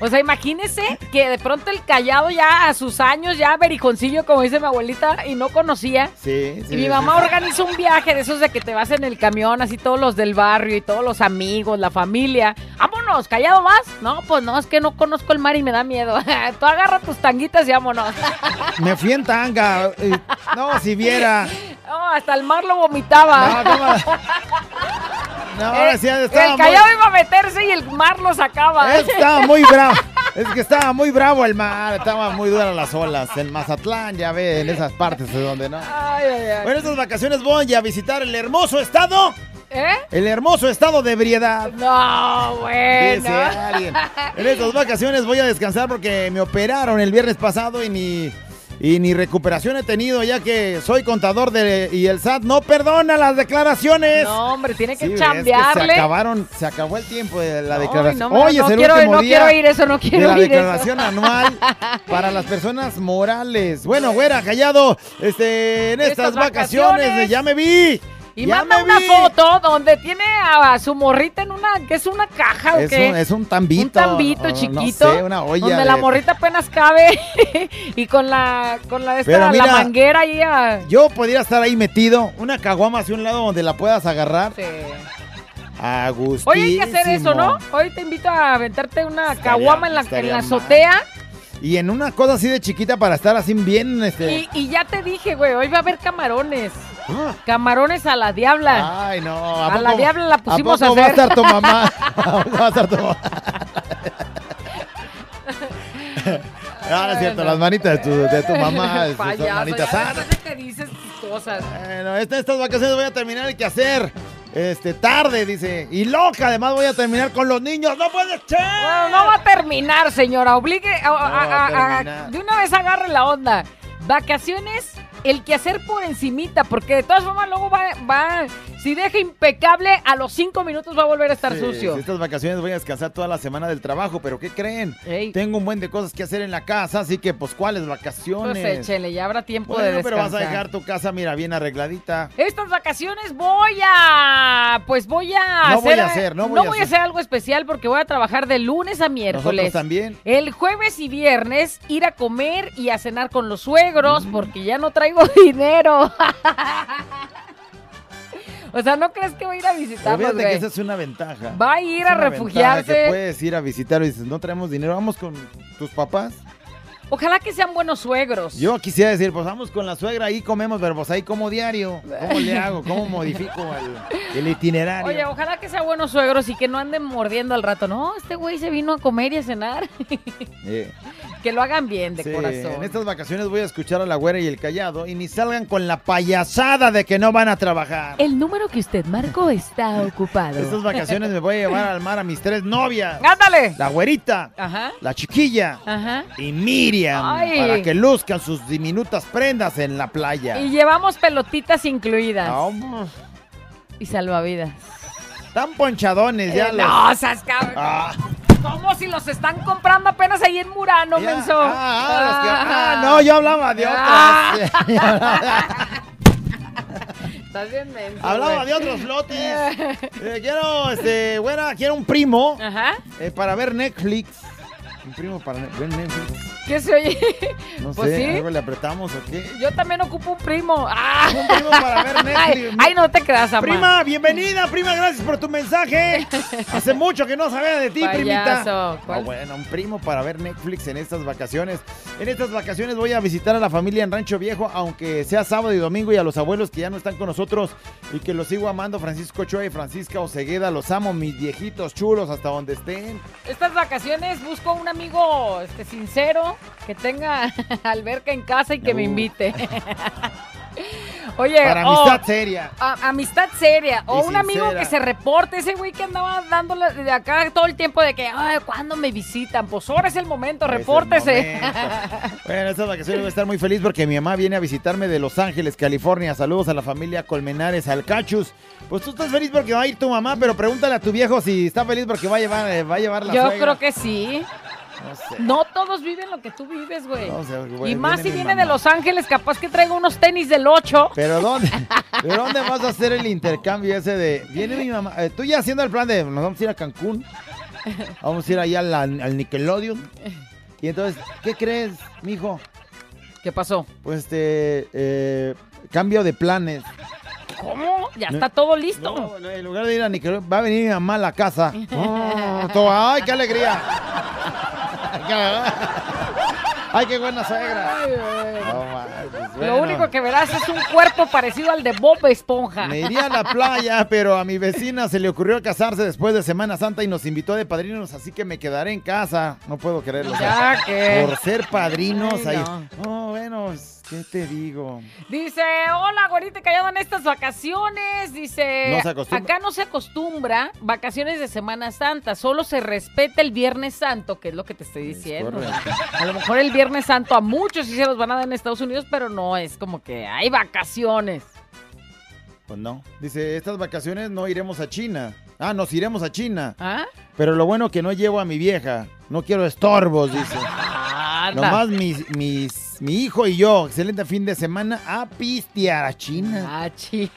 C: O sea, imagínese que de pronto el callado ya a sus años, ya verijoncillo, como dice mi abuelita, y no conocía.
F: Sí, sí.
C: y mi
F: sí.
C: mamá organiza un viaje de esos de que te vas en el camión, así todos los del barrio y todos los amigos, la familia. ¡Vámonos! ¿Callado más? No, pues no, es que no conozco el mar y me da miedo. Tú agarra tus tanguitas y vámonos.
F: Me fui en tanga. eh, No, si viera.
C: No, Oh, hasta el mar lo vomitaba.
F: No, ¿cómo? No, ahora sí,
C: el
F: estaba
C: callado
F: muy-
C: iba a meterse y el mar lo sacaba.
F: Es que Estaba muy bravo. Es que estaba muy bravo el mar. Estaba muy dura las olas. En Mazatlán, ya ve, en esas partes de donde no.
C: Ay, ay, ay.
F: Bueno, estas vacaciones voy a visitar el hermoso estado.
C: ¿Eh?
F: El hermoso estado de ebriedad.
C: No, bueno.
F: Dice alguien. En estas vacaciones voy a descansar porque me operaron el viernes pasado y ni, y ni recuperación he tenido ya que soy contador de, y el SAT no perdona las declaraciones.
C: No, hombre, tiene que
F: Sí, es que
C: chambearle.
F: se acabaron, se acabó el tiempo de la
C: Ay,
F: declaración.
C: no, no,
F: Hoy
C: no
F: es el
C: quiero-
F: último
C: no
F: día
C: quiero oír eso, no quiero
F: de la
C: oír eso.
F: declaración anual para las personas morales. Bueno, güera, callado, este, en estas,
C: Estas
F: vacaciones,
C: vacaciones.
F: de ya me vi.
C: y
F: ya
C: manda
F: me
C: una
F: vi.
C: foto donde tiene a, a su morrita en una, que es una caja o
F: Es
C: qué.
F: un, es un tambito.
C: Ah, Un tambito
F: o no
C: chiquito.
F: sé, una olla.
C: donde
F: de-
C: la morrita apenas cabe y con la con la, esta,
F: Pero mira,
C: la manguera ahí a-
F: Yo podría estar ahí metido, una caguama hacia un lado donde la puedas agarrar.
C: Sí.
F: A gusto.
C: Hoy hay que hacer eso, ¿no? Hoy te invito a aventarte una caguama en la, en
F: estaría
C: la
F: mal.
C: azotea.
F: Y en una cosa así de chiquita para estar así bien, este. Ah.
C: Y, y ya te dije, güey, hoy va a haber camarones. Camarones a la diabla.
F: Ay, no.
C: A,
F: poco-
C: la diabla la
F: ¿A
C: pusimos a,
F: poco
C: hacer.
F: va a estar tu mamá? ¿A poco va a estar tu mamá? No, no Ah, es cierto, las manitas de tu, de tu mamá son
C: Payaso,
F: manitas Ah.
C: ya
F: sanas.
C: después de que dices tus cosas.
F: Bueno, esta- estas vacaciones voy a terminar el quehacer. Este, tarde, dice. Y loca, además voy a terminar con los niños. ¡No puede ser!
C: Bueno, no va a terminar, señora. Obligue a, a-
F: va a
C: a- a-
F: terminar.
C: de una vez agarre la onda. Vacaciones, el quehacer por encimita, porque de todas formas luego va, va- si deja impecable, a los cinco minutos va a volver a estar
F: Sí,
C: sucio.
F: sí, Estas vacaciones voy a descansar toda la semana del trabajo, pero ¿qué creen? Tengo un buen de cosas que hacer en la casa, así que pues ¿cuáles vacaciones?
C: Pues échele, ya habrá tiempo
F: Bueno,
C: de descansar.
F: pero vas a dejar tu casa, mira, bien arregladita.
C: Estas vacaciones voy a. Pues voy a.
F: No voy a hacer, no voy a hacer.
C: algo especial porque voy a trabajar de lunes a miércoles.
F: Nosotros también.
C: El jueves y viernes ir a comer y a cenar con los suegros
F: Mm.
C: porque ya no traigo dinero. o sea, ¿no crees que voy a ir a
F: Pero
C: visitarlos,
F: fíjate que
C: güey?
F: esa es una ventaja.
C: Va a ir a
F: Es una ventaja
C: refugiarse.
F: Que puedes ir a visitar y dices, no traemos dinero, vamos con tus papás.
C: Ojalá que sean buenos suegros.
F: Yo quisiera decir, pues vamos con la suegra, ahí comemos, pero pues ahí como diario. ¿Cómo le hago? ¿Cómo modifico el, el itinerario?
C: Oye, ojalá que sean buenos suegros y que no anden mordiendo al rato. No, este güey se vino a comer y a cenar.
F: Eh.
C: que lo hagan bien de
F: Sí,
C: corazón.
F: En este- estas vacaciones voy a escuchar a la güera y el callado y ni salgan con la payasada de que no van a trabajar.
C: El número que usted marcó está ocupado.
F: Estas vacaciones me voy a llevar al mar a mis tres novias.
C: ¡Ándale!
F: La güerita,
C: Ajá,
F: la chiquilla
C: ajá.
F: y Miriam
C: Ay.
F: para que luzcan sus diminutas prendas en la playa.
C: Y llevamos pelotitas incluidas.
F: Vamos.
C: Y salvavidas.
F: Están ponchadones ya
C: Eh,
F: los-
C: no, seas cabrón.
F: Ah,
C: ¿Cómo si los están comprando apenas ahí en Murano,
F: Ya,
C: menso?
F: ah, ah, los que- ah, no, yo hablaba de
C: Ah.
F: otras.
C: Estás bien menso,
F: Hablaba
C: güey.
F: de otros lotes. Eh, quiero, este, güera, quiero un primo
C: Ajá.
F: eh, para ver Netflix. Un primo para ne- ver Netflix.
C: ¿Qué se oye?
F: No
C: Pues
F: sé,
C: sí.
F: algo le apretamos o qué.
C: Yo también ocupo un primo. Ah.
F: Un primo para ver Netflix.
C: Ay, ay, no te creas, amá.
F: Prima, bienvenida, prima, gracias por tu mensaje. Hace mucho que no sabía de ti,
C: Payaso,
F: primita.
C: ¿cuál?
F: Ah, bueno, un primo para ver Netflix en estas vacaciones. En estas vacaciones voy a visitar a la familia en Rancho Viejo, aunque sea sábado y domingo, y a los abuelos que ya no están con nosotros y que los sigo amando, Francisco Ochoa y Francisca Osegueda. Los amo, mis viejitos chulos, hasta donde estén.
C: Estas vacaciones busco un amigo este, sincero que tenga alberca en casa y que me
F: Uh.
C: invite. Oye,
F: Para
C: o-
F: amistad seria.
C: a- amistad seria. O
F: Y
C: un amigo
F: sincera.
C: que se reporte, ese güey que andaba dándole de acá todo el tiempo de que, ay, ¿cuándo me visitan? Pues ahora es el momento,
F: el
C: repórtese.
F: Bueno, estas vacaciones voy a estar muy feliz porque mi mamá viene a visitarme de Los Ángeles, California. Saludos a la familia Colmenares, Alcachus. Pues tú estás feliz porque va a ir tu mamá, pero pregúntale a tu viejo si está feliz porque va a llevar, eh, va a llevar la
C: Yo
F: suegra.
C: creo que sí.
F: No sé.
C: No todos viven lo que tú vives, güey.
F: No sé, güey,
C: y más
F: viene
C: si
F: mi
C: viene
F: mamá.
C: de Los Ángeles, capaz que traiga unos tenis del 8.
F: Pero ¿dónde? ¿Pero dónde vas a hacer el intercambio ese de... Viene mi mamá... eh, tú ya haciendo el plan de... Nos vamos a ir a Cancún. Vamos a ir allá al, al Nickelodeon. Y entonces, ¿qué crees, mijo?
C: ¿Qué pasó?
F: Pues este... eh, cambio de planes.
C: ¿Cómo? Ya
F: No.
C: está todo listo.
F: No, no, en lugar de ir a Nickelodeon, va a venir mi mamá a la casa. Oh, todo- ¡Ay, qué alegría! ¡Ay, qué buena suegra!
C: Ay, güey.
F: No, ma, pues,
C: Lo
F: bueno.
C: único que verás es un cuerpo parecido al de Bob Esponja.
F: Me iría a la playa, pero a mi vecina se le ocurrió casarse después de Semana Santa y nos invitó de padrinos, así que me quedaré en casa. No puedo creerlo. o sea,
C: Ya que-
F: Por ser padrinos,
C: Ay,
F: ahí.
C: no.
F: No, bueno, pues, ¿qué te digo?
C: Dice, hola, güerita, callado en estas vacaciones. Dice,
F: No se acostumbra.
C: acá no se acostumbra vacaciones de Semana Santa, solo se respeta el Viernes Santo, que es lo que te estoy diciendo.
F: correcto.
C: A lo mejor el Viernes Santo a muchos sí se los van a dar en Estados Unidos, pero no, es como que hay vacaciones.
F: Pues no. Dice, estas vacaciones no iremos a China. Ah, nos iremos a China.
C: ¿Ah?
F: Pero lo bueno que no llevo a mi vieja. No quiero estorbos, dice.
C: Anda.
F: Nomás mis, mis- mi hijo y yo. Excelente fin de semana a pistear a China.
C: Ah, chi.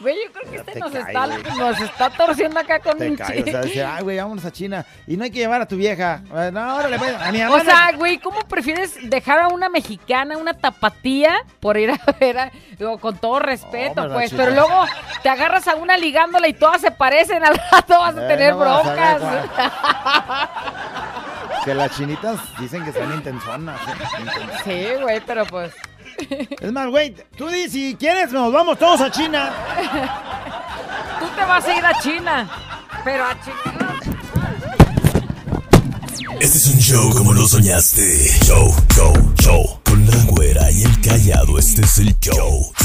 C: Güey, yo creo que este
F: te
C: nos,
F: caes,
C: está,
F: güey.
C: nos está torciendo acá con
F: Te
C: un
F: cae, o
C: chi-
F: sea, dice, ay, güey, vámonos a China. Y no hay que llevar a tu vieja. Eh, No, órale, pues, a mi
C: O
F: hermana.
C: sea, güey, ¿cómo prefieres dejar a una mexicana, una tapatía, por ir a ver, a- digo, con todo respeto,
F: ¿verdad,
C: pues,
F: chica?
C: pero luego te agarras a una ligándola y todas se parecen, al rato vas a
F: Eh,
C: tener
F: no vas a ver,
C: broncas.
F: que las chinitas dicen que están intensonas. eh, intensonas.
C: sí, güey, pero pues,
F: Es más, güey, tú di si quieres, nos vamos todos a China.
C: tú te vas a ir a China, pero a China.
J: Este es un show como lo soñaste. Show, show, show. Con la güera y el callado, este es el show. este